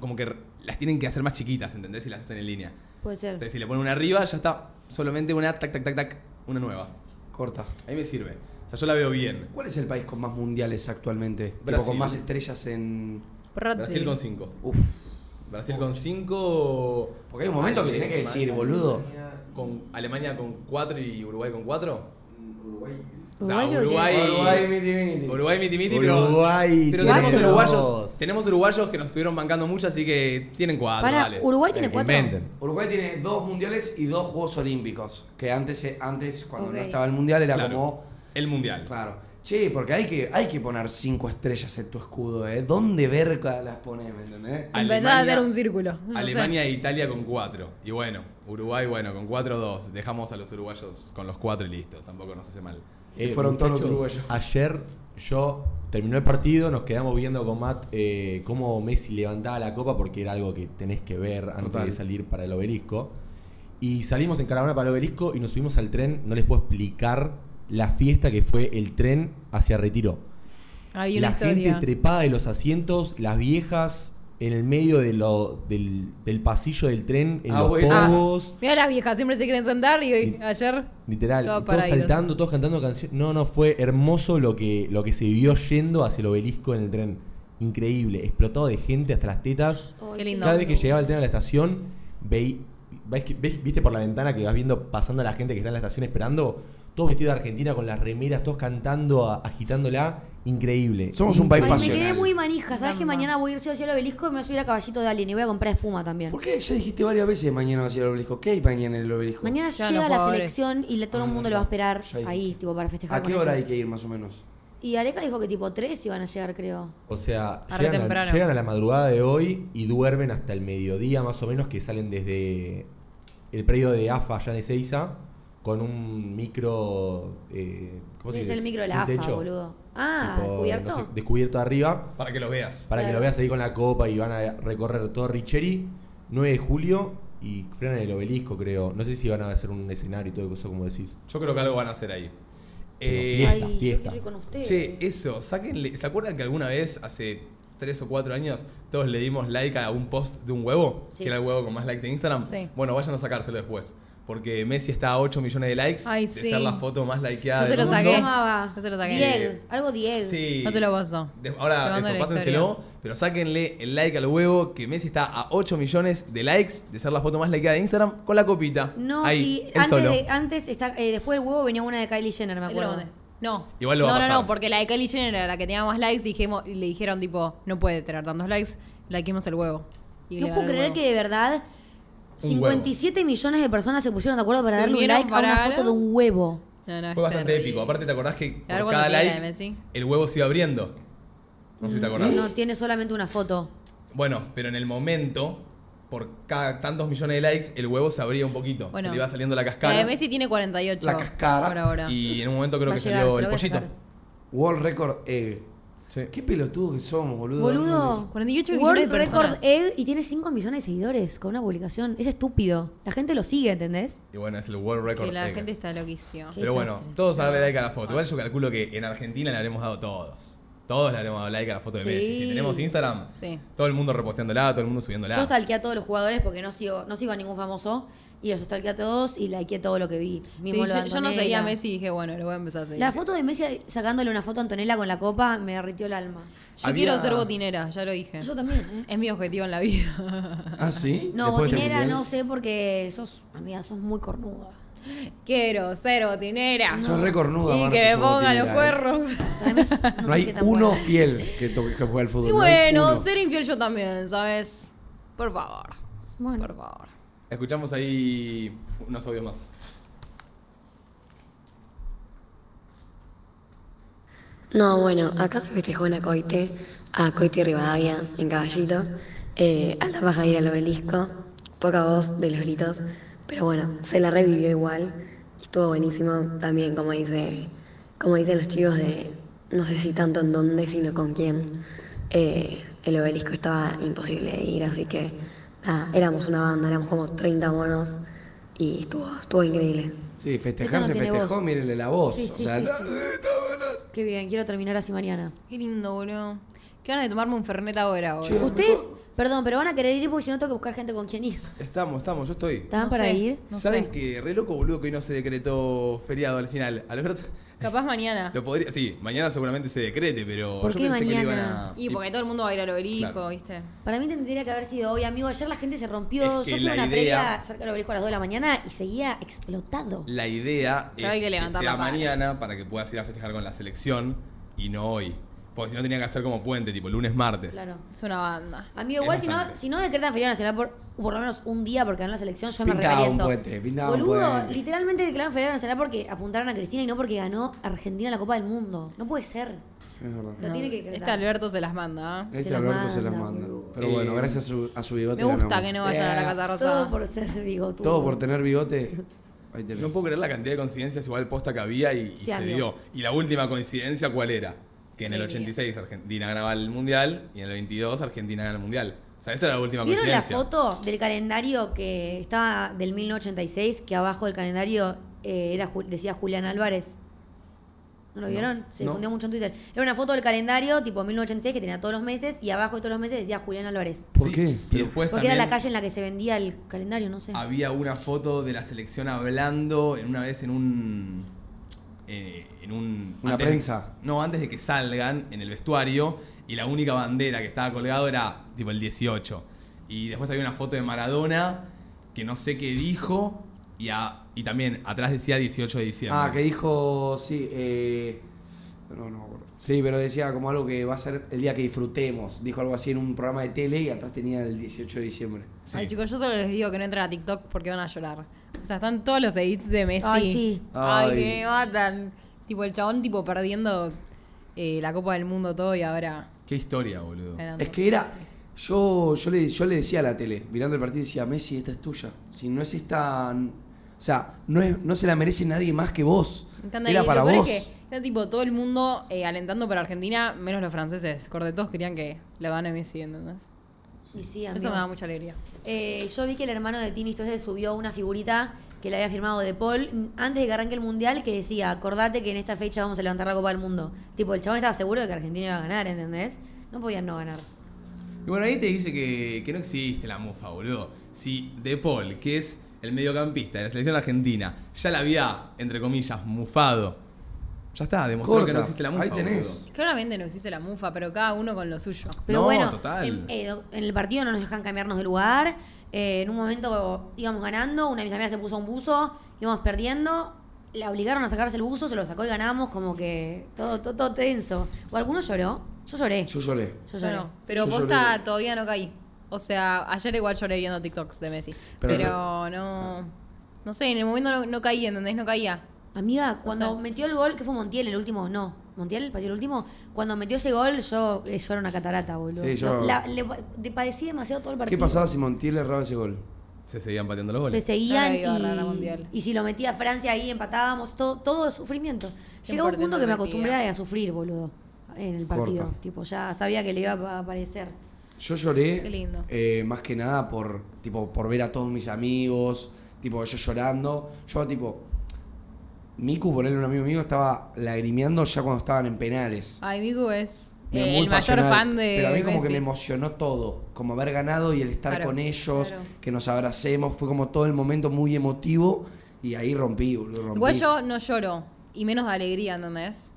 como que las tienen que hacer más chiquitas, ¿entendés? Si las hacen en línea. Eh, Puede ser. Entonces si le ponen una arriba, ya está. Solamente una tac tac tac tac, una nueva. Corta. A mí me sirve. O sea, yo la veo bien. ¿Cuál es el país con más mundiales actualmente? Tipo, Brasil. con más estrellas en. Ah, Brasil con 5. Uf. Brasil con 5. Porque hay un momento que tenés que decir, boludo. Con Alemania con 4 y Uruguay con 4. O sea, Uruguay lo Uruguay. Uruguay, miti, miti. miti miti, pero. Uruguay pero tiene tenemos dos. uruguayos, tenemos uruguayos que nos estuvieron bancando mucho, así que tienen 4. Pará, Vale. Uruguay tiene cuatro. Inventen. Uruguay tiene dos mundiales y dos Juegos Olímpicos. Que antes, eh, antes cuando Ok. no estaba el mundial, era Claro. como. El mundial. Claro. Che, porque hay que, hay que poner cinco estrellas en tu escudo, ¿eh? ¿Dónde verga las pones, me entendés? Empezás a hacer un círculo. no sé. Alemania e Italia con 4. Y bueno, Uruguay, bueno, con 4-2. Dejamos a los uruguayos con los 4 y listo. Tampoco nos hace mal. Se fueron todos los Eh, muchachos, uruguayos. Ayer yo terminó el partido, nos quedamos viendo con Matt eh, cómo Messi levantaba la copa porque era algo que tenés que ver antes Total. de salir para el obelisco. Y salimos en caravana para el obelisco y nos subimos al tren. No les puedo explicar la fiesta que fue el tren hacia Retiro. Hay una La gente historia. trepada de los asientos, las viejas en el medio de lo- del, del pasillo del tren, en Ah, los bueno. Ah, pogos. Mira las viejas, siempre se quieren sentar y hoy, ayer. Literal, Todo y todos paraditos. saltando, todos cantando canciones. No, no, fue hermoso lo que, lo que se vivió yendo hacia el obelisco en el tren. Increíble, explotado de gente hasta las tetas. Qué lindo. Cada vez que llegaba el tren a la estación, veí, ves que- ves- viste por la ventana que vas viendo pasando a la gente que está en la estación esperando, todos vestidos de Argentina con las remeras, todos cantando, a- agitándola. Increíble. Somos un país Ay, me pasional. quedé muy manija. ¿Sabes que Gamba. mañana voy a ir sí o sí al obelisco y me voy a subir a caballito de alguien y voy a comprar espuma también? ¿Por qué? Ya dijiste varias veces mañana va a ser el obelisco. ¿Qué hay mañana en el obelisco? Mañana Ya llega los la jugadores. selección y le- todo el mundo le va a esperar Ya dijiste. ahí, tipo, para festejar ¿A qué con hora hay ellos. que ir más o menos? Y Areca dijo que tipo tres iban a llegar, creo. O sea, Ahora llegan a, temprano. llegan a la madrugada de hoy y duermen hasta el mediodía más o menos que salen desde el predio de AFA allá en Ezeiza con un micro... eh, ¿Cómo se es dice? el micro de Sin la AFA, techo. boludo. Ah, Tipo, ¿descubierto? no sé, descubierto arriba Para que los veas. para que Claro. lo veas ahí con la copa y van a recorrer todo Richeri. 9 de julio y frenan el obelisco creo. No sé si van a hacer un escenario y todo eso como decís. Yo creo que algo van a hacer ahí. Pero Eh, fiesta, Ay, yo fiesta. quiero ir con ustedes. Che, eso, sáquenle. ¿Se acuerdan que alguna vez, hace 3 o 4 años, todos le dimos like a un post de un huevo? Sí. Que era el huevo con más likes de Instagram. Sí. Bueno, vayan a sacárselo después. Porque Messi está a 8 millones de likes Ay, de sí. ser la foto más likeada Yo se del lo mundo. ¿Cómo saqué. se llamaba? Yo se lo saqué. Diego, algo Diego. Sí. No te lo paso. De- Te ahora, mando eso, la pásenselo, pero sáquenle el like al huevo que Messi está a 8 millones de likes de ser la foto más likeada de Instagram con la copita. No, sí, Ahí, él antes, solo. de- antes está, eh, después del huevo venía una de Kylie Jenner, me Ahí te lo acuerdo. mandé. No. Igual lo va no, a no, pasar. no, porque la de Kylie Jenner era la que tenía más likes y, dijimos, y le dijeron, tipo, no puede tener tantos likes, likeemos el huevo. Y le No ganó puedo el creer huevo. que de verdad Un 57 millones de personas se pusieron de acuerdo para Se darle un unieron like para a una algo. foto de un huevo. No, no, es Fue bastante terrible. épico. Aparte, ¿te acordás que A ver por cuándo cada tiene la de like Messi. Mm, el huevo se iba abriendo? No sé si te acordás. No, tiene solamente una foto. Bueno, pero en el momento, por cada tantos millones de likes, el huevo se abría un poquito. Bueno. se le iba saliendo la La cascara. de Messi tiene 48. La cascara. Por ahora. Y en un momento creo Va a que llegar, salió se el lo voy a pollito. sacar. World Record Egg. Qué pelotudos que somos, boludo. Boludo, 48 millones de World personas. Record Egg y tiene 5 millones de seguidores con una publicación. Es estúpido. La gente lo sigue, ¿entendés? Y bueno, es el World Record. Que la Egg. gente está loquísima. Pero bueno, desastre. todos a darle like a la foto. Igual yo calculo que en Argentina le habremos dado todos. Todos le habremos dado like a la foto de Sí. Messi. Si tenemos Instagram, Sí. todo el mundo reposteándola, todo el mundo subiéndola. Yo stalkeé a todos los jugadores porque no sigo, no sigo a ningún famoso. Y los stalkeé a todos y likeé todo lo que vi. Mismo Sí, yo, yo lo de no Antonella. seguía a Messi y dije, bueno, lo voy a empezar a seguir. La foto de Messi sacándole una foto a Antonella con la copa me derritió el alma. yo Había- quiero ser botinera, ya lo dije. Yo también, ¿eh? Es mi objetivo en la vida. <laughs> ¿Ah, sí? No, Después de este botinera mundial. no sé porque sos, amiga, sos <laughs> muy cornuda. quiero ser botinera. Sos re cornuda, Y Marce, que me sos ponga botinera, los eh. cuernos. Además, no, No, sé hay qué tan uno buena. fiel que, to- que juega al fútbol. Y no hay bueno, uno. ser infiel yo también, ¿sabes? Por favor. Por favor. Escuchamos ahí unos audios más. No, bueno, acá se festejó en Acoite, a Acoite y Rivadavia, en Caballito, eh, alta paja ir al obelisco, poca voz de los gritos, pero bueno, se la revivió igual, estuvo buenísimo también, como dice, como dicen los chicos de, no sé si tanto en dónde, sino con quién, Eh, el obelisco estaba imposible de ir, así que nada, éramos una banda, éramos como 30 monos, y estuvo, estuvo increíble. Sí, festejar Esto se no tiene festejó, voz. mírenle la voz. Sí, o sí, sea, sí, sí. Qué bien, quiero terminar así mañana. Qué lindo, boludo. Qué ganas de tomarme un Fernet ahora, Che, boludo. Ustedes, perdón, pero van a querer ir porque si no tengo que buscar gente con quien ir. Estamos, estamos, yo estoy. ¿Estaban No para sé. ir? No ¿Saben sé. que Re loco, boludo, que hoy no se decretó feriado al final. Alberto, <laughs> Capaz mañana. lo podría. Sí, mañana seguramente se decrete, pero ¿Por yo qué pensé que lo iban mañana? a. Y porque todo el mundo va a ir al obelisco, Claro. ¿viste? Para mí tendría que haber sido hoy, amigo. Ayer la gente se rompió. Es que Yo fui a la una idea- previa cerca del obelisco a las 2 de la mañana y seguía explotado. La idea Pero es hay que que, levantar sea la pala. mañana para que puedas ir a festejar con la selección y no hoy. Porque si no tenía que hacer como puente, tipo lunes, martes. Claro. Es una banda. Amigo, Es igual si no, bastante. si no decretan feriado nacional por, por lo menos un día porque ganó la selección, yo me Pintaba un recaliento. puente, pintaba un Boludo, puente. literalmente declararon feriado nacional porque apuntaron a Cristina y no porque ganó Argentina la Copa del Mundo. No puede ser. es verdad. Lo tiene que decretar. Este Alberto se las manda. ¿eh? Este la Alberto se las manda, manda. boludo. Pero bueno, Eh, gracias a su, a su bigote. Me gusta ganamos. que no vayan a la Eh, Casa Todo Rosada. por ser bigotudo. Todo por tener <laughs> bigote. Ahí tenés. No puedo creer la cantidad de coincidencias igual posta que había y, y Sí, se había. dio. Y la última coincidencia, ¿cuál era? Que en el Mira. 86 Argentina ganaba el Mundial y en el 22 Argentina gana el Mundial. O sea, esa era la última ¿Vieron la coincidencia. foto del calendario que estaba del 1986? Que abajo del calendario eh, era, Ju- decía Julián Álvarez. ¿No lo vieron? Se No. difundió mucho en Twitter. Era una foto del calendario tipo 1986 que tenía todos los meses y abajo de todos los meses decía Julián Álvarez. ¿Por Sí, qué? Y después Porque también era Ah. la calle en la que se vendía el calendario, no sé. había una foto de la selección hablando en una vez en un. eh, en un. Una de- prensa. no, antes de que salgan en el vestuario y la única bandera que estaba colgado era tipo el 18. Y después había una foto de Maradona que no sé qué dijo y, a- y también atrás decía 18 de diciembre. Ah, que dijo, sí, eh, no, no me acuerdo. Sí, pero decía como algo que va a ser el día que disfrutemos. Dijo algo así en un programa de tele y atrás tenía el 18 de diciembre. Sí. Ay, chicos, yo solo les digo que no entren a TikTok porque van a llorar. O sea, están todos los edits de Messi. Ay, sí. Ay, Ay. que me matan. Tipo, el chabón, tipo, perdiendo eh, la Copa del Mundo todo y ahora Qué historia, boludo. ganando. Es que era, yo, yo, le, yo le decía a la tele, mirando el partido, decía, Messi, esta es tuya. Si no es esta, o sea, no, es, no se la merece nadie más que vos. Me encanta. Era y para lo peor vos. es que era tipo todo el mundo eh, alentando para Argentina, menos los franceses. Corte, todos querían que la gane Messi, ¿entendés? Y sí, amigo. Eso me da mucha alegría. Eh, yo vi que el hermano de Tini Stoessel subió una figurita que le había firmado De Paul antes de que arranque el mundial que decía, acordate que en esta fecha vamos a levantar la Copa del Mundo. Tipo, el chabón estaba seguro de que Argentina iba a ganar, ¿entendés? No podían no ganar. Y bueno, ahí te dice que, que no existe la mufa, boludo. Si De Paul, que es el mediocampista de la selección argentina, ya la había, entre comillas, mufado. Ya está, demostró Corta, que no existe la mufa. ahí tenés. boludo. Claramente no existe la mufa, pero cada uno con lo suyo. Pero No, bueno, total. En, eh, en el partido no nos dejan cambiarnos de lugar. Eh, en un momento íbamos ganando, una de mis amigas se puso un buzo, íbamos perdiendo, la obligaron a sacarse el buzo, se lo sacó y ganamos, como que todo, todo, todo tenso. ¿O alguno lloró? Yo lloré. Yo lloré. Yo Yo lloré. no. Pero Yo posta lloré. todavía no caí. O sea, ayer igual lloré viendo TikToks de Messi. Pero, Pero no. No sé, en el momento no, no caí, ¿entendés? No caía. Amiga, cuando sea- metió el gol, que fue Montiel el último, no. Montiel pateó el último. Cuando metió ese gol, yo, eh, yo era una catarata, boludo. Sí, yo- No, la- le, le padecí demasiado todo el partido. ¿Qué pasaba si Montiel erraba ese gol? Se seguían pateando los Se goles. seguían No la iba a agarrar a Montiel. y, y si lo metía Francia ahí empatábamos, todo, todo sufrimiento. Llegó 100% un punto que me metida. acostumbré a sufrir, boludo, en el partido. Corta. Tipo, ya sabía que le iba a aparecer. Yo lloré Qué lindo. eh, más que nada por, tipo, por ver a todos mis amigos, tipo, yo llorando. Yo, tipo, Miku, ponerle un amigo mío, estaba lagrimeando ya cuando estaban en penales. Ay, Miku es Me- eh, muy el mayor pasional, fan de. Pero a mí como Messi. que me emocionó todo, como haber ganado y el estar Claro, con ellos, claro. que nos abracemos, fue como todo el momento muy emotivo y ahí rompí, boludo, rompí. Igual yo no lloro, y menos de alegría, ¿entendés?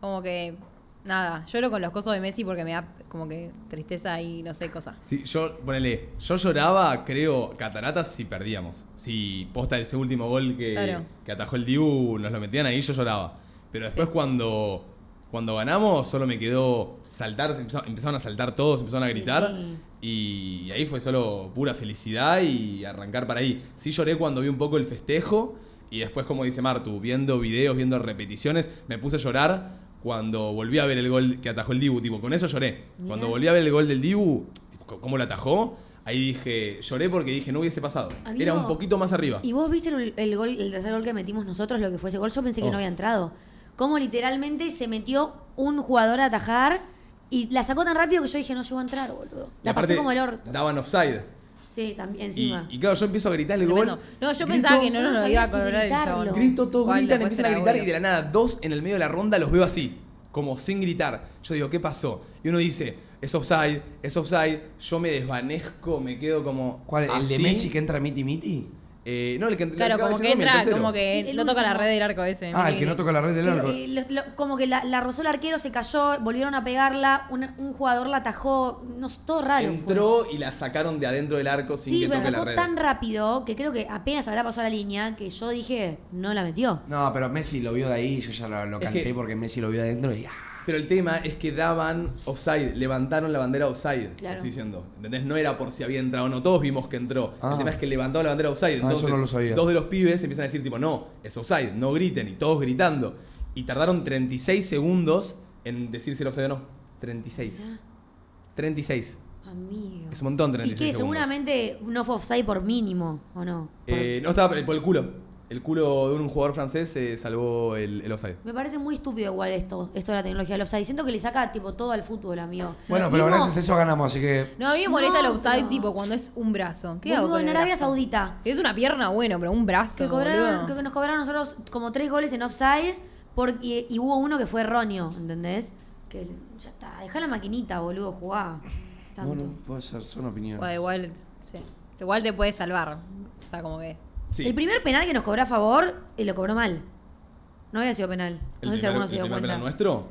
Como que, nada, lloro con los cosos de Messi porque me da como que tristeza y no sé, cosa. Sí, yo, ponele, yo lloraba, creo, cataratas si perdíamos. Si posta ese último gol que, Claro. que atajó el Dibu, nos lo metían ahí, yo lloraba. Pero después cuando, cuando ganamos, solo me quedó saltar, se empezó- empezaron a saltar todos, empezaron a gritar. Sí. Y ahí fue solo pura felicidad y arrancar para ahí. Sí lloré cuando vi un poco el festejo y después, como dice Martu, viendo videos, viendo repeticiones, me puse a llorar cuando volví a ver el gol que atajó el Dibu. Tipo, con eso lloré. Cuando volví a ver el gol del Dibu, tipo, c- cómo lo atajó, ahí dije, lloré porque dije, no hubiese pasado. Amigo, Era un poquito más arriba. ¿Y vos viste el, el gol, el tercer gol que metimos nosotros, lo que fue ese gol? Yo pensé que no había entrado. Como literalmente se metió un jugador a atajar y la sacó tan rápido que yo dije, no llegó a entrar, boludo. Y La pasé aparte, como el orto. Daban offside. Sí, también Y, encima. y claro, yo empiezo a gritar el gol. Tremendo. No, yo Grito, pensaba que no yo no nos lo sabía iba a si cobrar el gritarlo. chabón. Grito, todos Igual gritan, después empiezan a era gritar y obvio. de la nada, dos en el medio de la ronda los veo así, como sin gritar. Yo digo, ¿qué pasó? Y uno dice, es offside, es offside. Yo me desvanezco, me quedo como. ¿Cuál? ¿El de así. Messi que entra miti miti? Eh, no, el que el que Claro, acaba como de hacer Romy, que el entra, tercero. como que Sí, el no toca la último. red del arco ese. Ah, el que no toca la red del arco. Que, eh, los- lo- como que la, la rozó el arquero, se cayó, volvieron a pegarla, un, un jugador la atajó, no sé, todo raro. fue. Entró y la sacaron de adentro del arco sin Sí, que pero toque la sacó red. tan rápido que creo que apenas habrá pasado la línea que yo dije, no la metió. No, pero Messi lo vio de ahí, yo ya lo, lo Es canté que- porque Messi lo vio de adentro y ¡ah! Pero el tema es que daban offside, levantaron la bandera offside, Claro. estoy diciendo. ¿Entendés? No era por si había entrado o no, todos vimos que entró. Ah. El tema es que levantó la bandera offside, eso entonces no lo sabía. dos de los pibes empiezan a decir tipo, no, es offside, no griten, y todos gritando. Y tardaron 36 segundos en decir si era offside o no. 36. 36. Amigo. Es un montón 36 Y que segundos. seguramente no fue offside por mínimo, ¿o no? Por- Eh, no, estaba por el, por el culo. El culo de un jugador francés eh, salvó el, el offside. Me parece muy estúpido igual esto, esto de la tecnología del offside. Siento que le saca tipo todo al fútbol, amigo. Bueno, pero Mismo- gracias a eso ganamos, así que. No, a mí me molesta No, el offside, pero- tipo, cuando es un brazo. ¿Qué hago Boludo, con en el Arabia brazo? Saudita. Es una pierna, bueno, pero un brazo, Que, cobraron, boludo. que nos cobraron nosotros como tres goles en offside por- y, y hubo uno que fue erróneo, ¿entendés? Que ya está, dejá la maquinita, boludo, jugá. Tanto. Bueno, puede ser, son opiniones. Bueno, igual, sí. Igual te puede salvar. O sea, como que... Sí. El primer penal que nos cobró a favor, eh, lo cobró mal. No había sido penal. El No sé si primer- alguno se el dio primer cuenta. penal nuestro?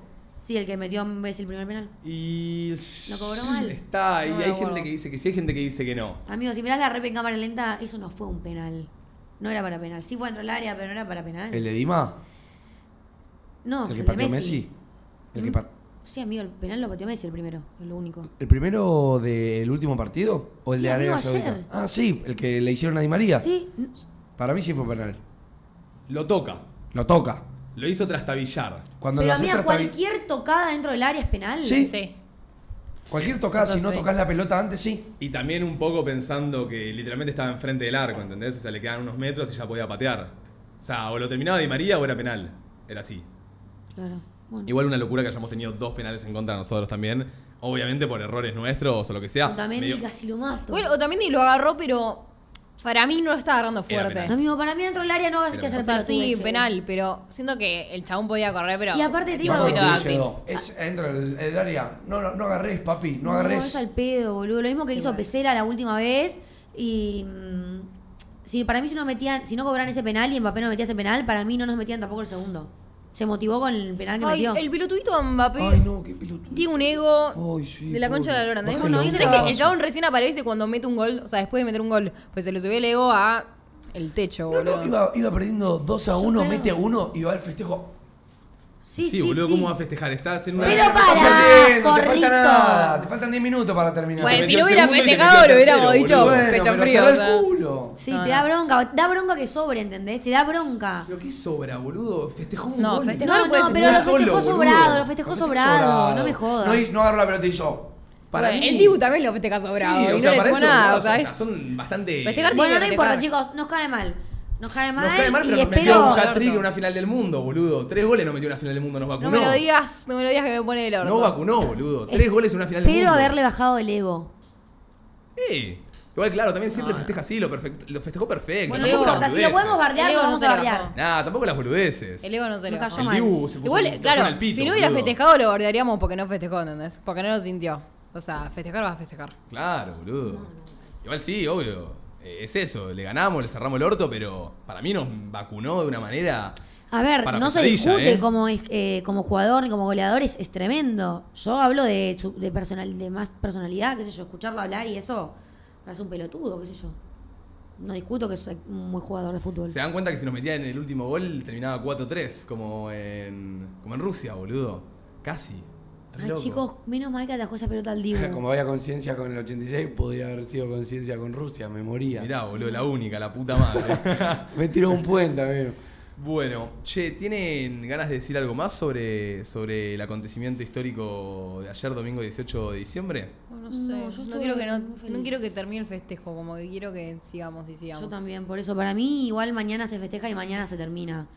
Sí, el que metió en vez el primer penal. Y. ¿Lo cobró mal? Está, ahí, No me hay acuerdo. gente que dice que sí, hay gente que dice que no. Amigo, si mirás la rep en cámara lenta, eso no fue un penal. No era para penal. Sí fue dentro del área, pero no era para penal. ¿El de Dima? no, ¿El que de pateó Messi? ¿El, ¿Mm? que pa- Sí, amigo, el penal lo pateó Messi el primero, el único. ¿El primero del último partido? ¿O el Sí, de amigo, Arabia Saudita? ayer. Ah, sí, el que le hicieron a Di María. Sí, n- Para mí sí fue penal. Lo toca. Lo toca. Lo hizo trastabillar. Cuando pero lo haces amiga, trastab- cualquier tocada dentro del área es penal. Sí. Sí. Cualquier tocada, Eso si no sí. tocas la pelota antes, sí. Y también un poco pensando que literalmente estaba enfrente del arco, ¿entendés? O sea, le quedaban unos metros y ya podía patear. O sea, o lo terminaba Di María o era penal. Era así. Claro. Bueno. Igual una locura que hayamos tenido dos penales en contra de nosotros también. Obviamente por errores nuestros o lo que sea. Otamendi ah, Medio- casi lo mato. Bueno, Otamendi lo agarró, pero para mí no lo estaba agarrando Era fuerte. penal. amigo, para mí dentro del área no vas a Pero que hacer O sea, sí, pelotudeces. penal, pero siento que el chabón podía correr, pero... Y aparte te un digo No, una poquito cosa. de dice acting. dos. Es, entra el, el área. No, no, no agarres, papi. No No, agarres. es al pedo, boludo. Lo mismo que hizo Pesera la última vez. Y. mm, si, para mí, si no, metían, si no cobran ese penal y Mbappé no metía ese penal, para mí no nos metían tampoco el segundo. Se motivó con el penal Ah, que Ay, metió. el pelotudito de Mbappé Ay, no, qué pelotudo. tiene un ego Ay, sí, de la concha de la lora. pobre. ¿entendés? Bájalo ¿Sabés un que el brazo. chabón recién aparece cuando mete un gol? O sea, después de meter un gol, pues se le subió el ego a el techo, No, boludo. no, iba, iba perdiendo 2 a 1, creo- mete a 1 y va al festejo. Sí, sí, boludo, sí. ¿cómo va a festejar? Estás en una. Pero Estás para, perdiendo, Te corrito. falta nada. Te faltan 10 minutos para terminar. Pues, Bueno, Te si metió no el hubiera segundo y te festejado, metió lo el hubiera tercero, dicho boludo. Bueno, pecho pero frío. cerrá o sea. el culo. Sí, No, te no. da bronca. Da bronca que sobre, ¿entendés? Te da bronca. Pero qué sobra, boludo. Festejó un No, gol. festejó- No, no puede no, pero lo festejar festejó solo, sobrado, boludo. lo festejó Lo sobrado, no me jodas. No, hizo- no agarró la pelota y hizo. Para Bueno, mí- el Dibu también lo festeja sobrado Sí, y o no sea, le para supo eso, nada, boludo, o o sea, sea, es- son bastante. Festejar tiene bueno, que no festejar. importa, chicos, nos cae mal. Nos cae mal, Nos cae mal, y pero nos espero. metió un al hat-trick en orto. una final del mundo, boludo. Tres goles no metió en una final del mundo, nos vacunó. No me lo digas, no me lo digas que me pone el orto. No vacunó, boludo. Tres goles en una final del Espero mundo. haberle bajado el ego. Eh, Igual, claro, también siempre festeja así, lo, perfect- lo festejó perfecto. Bueno, tampoco no las importa, si lo podemos boludeces. bardear, El lo ego no vamos se a lo bardear. bajó. Nah, tampoco las boludeces. El ego no se Me lo cayó bajó. El mal. Dibu se puso un Igual, tacón claro, al pito, si no hubiera boludo. festejado lo bardearíamos porque no festejó, ¿entendés? Porque no lo sintió. O sea, festejar vas a festejar. Claro, boludo. Igual sí, obvio. Eh, Es eso, le ganamos, le cerramos el orto, pero para mí nos vacunó de una manera. A ver, para no se pesadilla, discute ¿eh? como, es- eh, como jugador ni como goleador, es, es tremendo. Yo hablo de, su- de, personal, de más personalidad, qué sé yo, escucharlo hablar y eso es un pelotudo, qué sé yo. No discuto que es un buen jugador de fútbol. Se dan cuenta que si nos metía en el último gol terminaba 4-3, como en, como en Rusia, boludo. Casi. Re Ay, loco. chicos, menos mal que atajó esa pelota <laughs> al Dibu. Como había conciencia con el 86, podía haber sido conciencia con Rusia, me moría. Mirá, boludo, la única, la puta madre. <laughs> Me tiró un puente, amigo. bueno, che, ¿tienen ganas de decir algo más sobre, sobre el acontecimiento histórico de ayer, domingo 18 de diciembre? No sé, sé, yo yo no estuve quiero que no, muy feliz. no quiero que termine el festejo, como que quiero que sigamos y sigamos. Yo también, por eso para mí igual mañana se festeja y mañana se termina.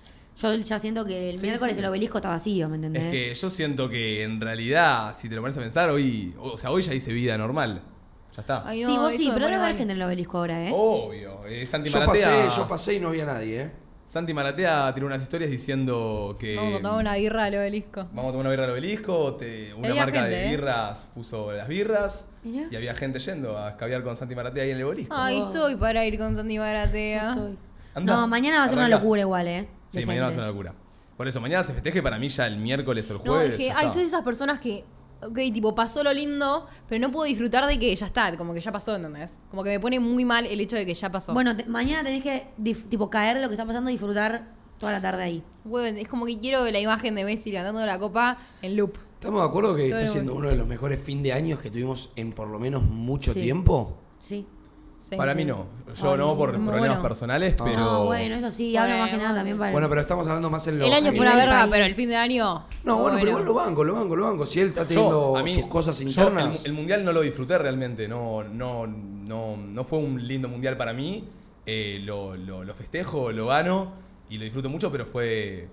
Yo ya siento que el Sí, miércoles sí. el obelisco está vacío, ¿me entendés? Es que yo siento que en realidad, si te lo pones a pensar, hoy, o sea, hoy ya hice vida normal. Ya está. Ay, sí, no, vos eso Oh. sí, me pero pone debe haber mal. gente en el obelisco ahora, ¿eh? Obvio. eh, Santi Yo Maratea. pasé, yo pasé y no había nadie, ¿eh? Santi Maratea tiró unas historias diciendo que. Vamos a tomar una birra al obelisco. Vamos a tomar una birra al obelisco. te- una había marca gente, de ¿eh? birras puso las birras. Mirá. Ah. Y había gente yendo a escabiar con Santi Maratea ahí en el obelisco. Ahí estoy para ir con Santi Yo Baratea. estoy. Andá, No, mañana va a ser una arranca. locura igual, ¿eh? Sí, De mañana va a gente. ser una locura. Por eso, mañana se festeje para mí ya el miércoles o el No, jueves. dije, ya ay, está. soy de esas personas que, ok, tipo, pasó lo lindo, pero no puedo disfrutar de que ya está, como que ya pasó, ¿entendés? Como que me pone muy mal el hecho de que ya pasó. Bueno, te- mañana tenés que dif- tipo caer de lo que está pasando y disfrutar toda la tarde ahí. Bueno, es como que quiero la imagen de Messi levantando la copa en loop. Estamos de acuerdo que Todo está el siendo mundo. uno de los mejores fin de años que tuvimos en por lo menos mucho Sí. tiempo. Sí. Sí. Para mí no. Yo Ay, no por es muy problemas bueno. personales, pero. No, Ah, bueno, eso sí, hablo Bueno, más que nada también para. Bueno, pero estamos hablando más en lo El año fue una general. verga, país. pero el fin de año. No, bueno, pero igual lo banco, lo banco, lo banco. Si él está teniendo Yo, a mí, sus cosas yo internas. el, el mundial no lo disfruté realmente. No, no, no, no fue un lindo mundial para mí. Eh, lo, lo- lo festejo, lo gano y lo disfruto mucho, pero fue.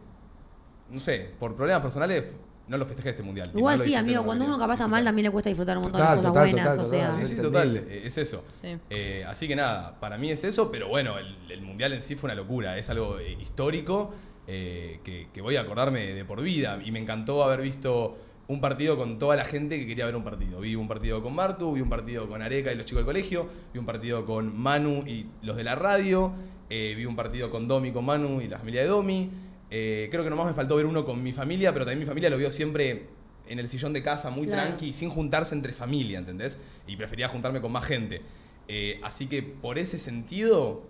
No sé, por problemas personales no lo festejé este mundial. Tipo, Igual no lo sí, disfruté amigo, como cuando lo uno capaz está mal disfrutar. también le cuesta disfrutar un montón Total, de cosas total, buenas, total, o sea. total, Sí, sí, Entendí. total, eh, es eso. Sí. Eh, así que nada, para mí es eso, pero bueno, el, el Mundial en sí fue una locura, es algo eh, histórico eh, que, que voy a acordarme de por vida y me encantó haber visto un partido con toda la gente que quería ver un partido. Vi un partido con Martu, vi un partido con Areca y los chicos del colegio, vi un partido con Manu y los de la radio, eh, vi un partido con Domi, con Manu y la familia de Domi. Eh, creo que nomás me faltó ver uno con mi familia, pero también mi familia lo vio siempre en el sillón de casa, muy Claro. tranqui, sin juntarse entre familia, ¿entendés? Y prefería juntarme con más gente. Eh, así que por ese sentido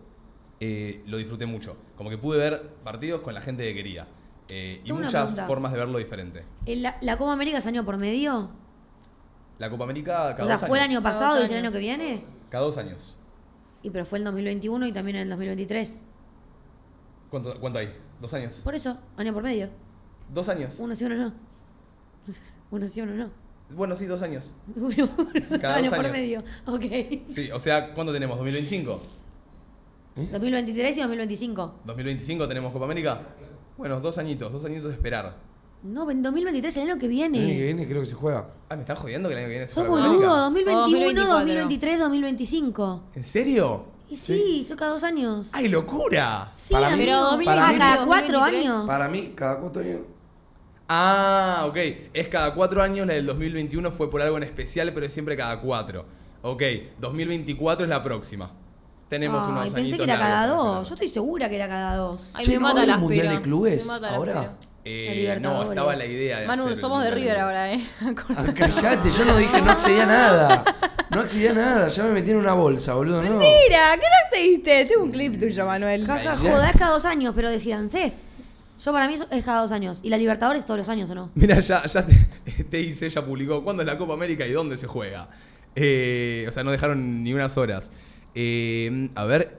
eh, lo disfruté mucho. Como que pude ver partidos con la gente que quería. Eh, y Tengo una muchas pregunta. formas de verlo diferente. ¿El- ¿La, la Copa América es año por medio? La Copa América cada o sea, dos ¿fue el años. año pasado Cada y dos el año años. que viene? Cada dos años. Y pero fue el 2021 y también el 2023. ¿Cuánto, cuánto hay? ¿Dos años? Por eso, año por medio. ¿Dos años? Uno sí, uno no. <laughs> Uno sí, uno no. <laughs> Bueno, sí, dos años. Uno, Cada año dos por años. ¿Eh? medio. Ok. Sí, o sea, ¿cuándo tenemos? ¿2025? 2023 y 2025. ¿2025 tenemos Copa América? Bueno, dos añitos, dos añitos de esperar. No, en 2023 el año que El año que viene. viene creo que se juega. Ah, ¿me estás jodiendo que el año que viene es Sos Copa América? boludo, 2021, 2024. 2023, 2025. ¿En serio? Y sí, soy cada dos años. ¡Ay, locura! Sí, Para mí- amigo, Pero 2022, cada cuatro 2023. años. Para mí, cada cuatro años. Ah, ok. Es cada cuatro años, la del 2021 fue por algo en especial, pero es siempre cada cuatro. Ok, 2024 es la próxima. Tenemos Ay, unos pensé añitos que era largos cada para dos. esperar. Yo estoy segura que era cada dos. Ay, Che, me ¿no mata hay la un Mundial espera. de clubes Me mata la ahora? espera. Eh, La Libertadores. no, estaba la idea de Eh, Manu, hacer el somos de Mundial <laughs> River ahora, ¿eh? <laughs> Ah, callate, yo no dije, no accedía a nada. No accedía a nada, ya me metí en una bolsa, boludo, no. Mira, ¿qué no accediste? Tengo un clip tuyo, Manuel. Jaja, ya. joda, es cada dos años, pero decidanse. Yo para mí eso es cada dos años. ¿Y la Libertadores todos los años o no? Mira, ya, ya te, <laughs> te hice, ya publicó cuándo es la Copa América y dónde se juega. Eh, o sea, no dejaron ni unas horas. Eh, a ver,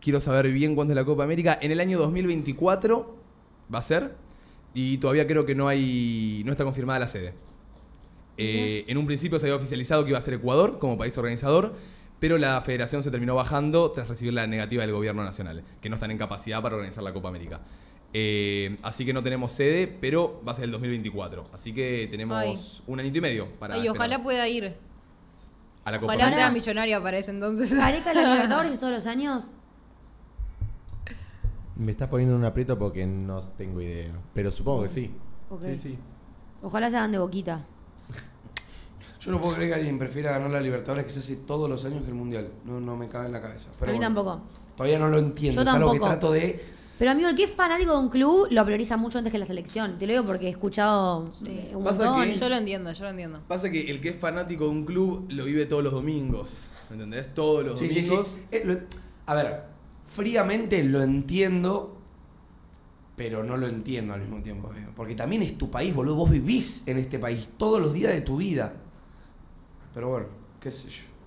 quiero saber bien cuándo es la Copa América. En el año 2024 va a ser. Y todavía creo que no hay. no está confirmada la sede. Eh, en un principio se había oficializado que iba a ser Ecuador como país organizador, pero la federación se terminó bajando tras recibir la negativa del gobierno nacional, que no están en capacidad para organizar la Copa América. Eh, así que no tenemos sede, pero va a ser el 2024. Así que tenemos Ay. un añito y medio para Ay, ojalá esperar pueda ir. a la Copa Ojalá sea América. millonaria para ese entonces. ¿Areca la Libertadores todos los años? Me estás poniendo en un aprieto porque no tengo idea. Pero supongo que sí. Ok. Sí, sí. Ojalá sean de boquita. Yo no puedo creer que alguien prefiera ganar la Libertadores que se hace todos los años que el Mundial. No, no me cabe en la cabeza. Pero a mí bueno, tampoco. Todavía no lo entiendo, Yo es algo que tampoco. trato de. Pero amigo, el que es fanático de un club lo prioriza mucho antes que la selección. Te lo digo porque he escuchado eh, un Pasa montón. que- <laughs> Yo lo entiendo, yo lo entiendo. Pasa que el que es fanático de un club lo vive todos los domingos. ¿Entendés? Todos los Sí, sí, domingos. sí. Eh, lo- a ver, fríamente lo entiendo, pero no lo entiendo al mismo tiempo. amigo. Porque también es tu país, boludo. Vos vivís en este país todos los días de tu vida. Pero bueno, qué sé yo.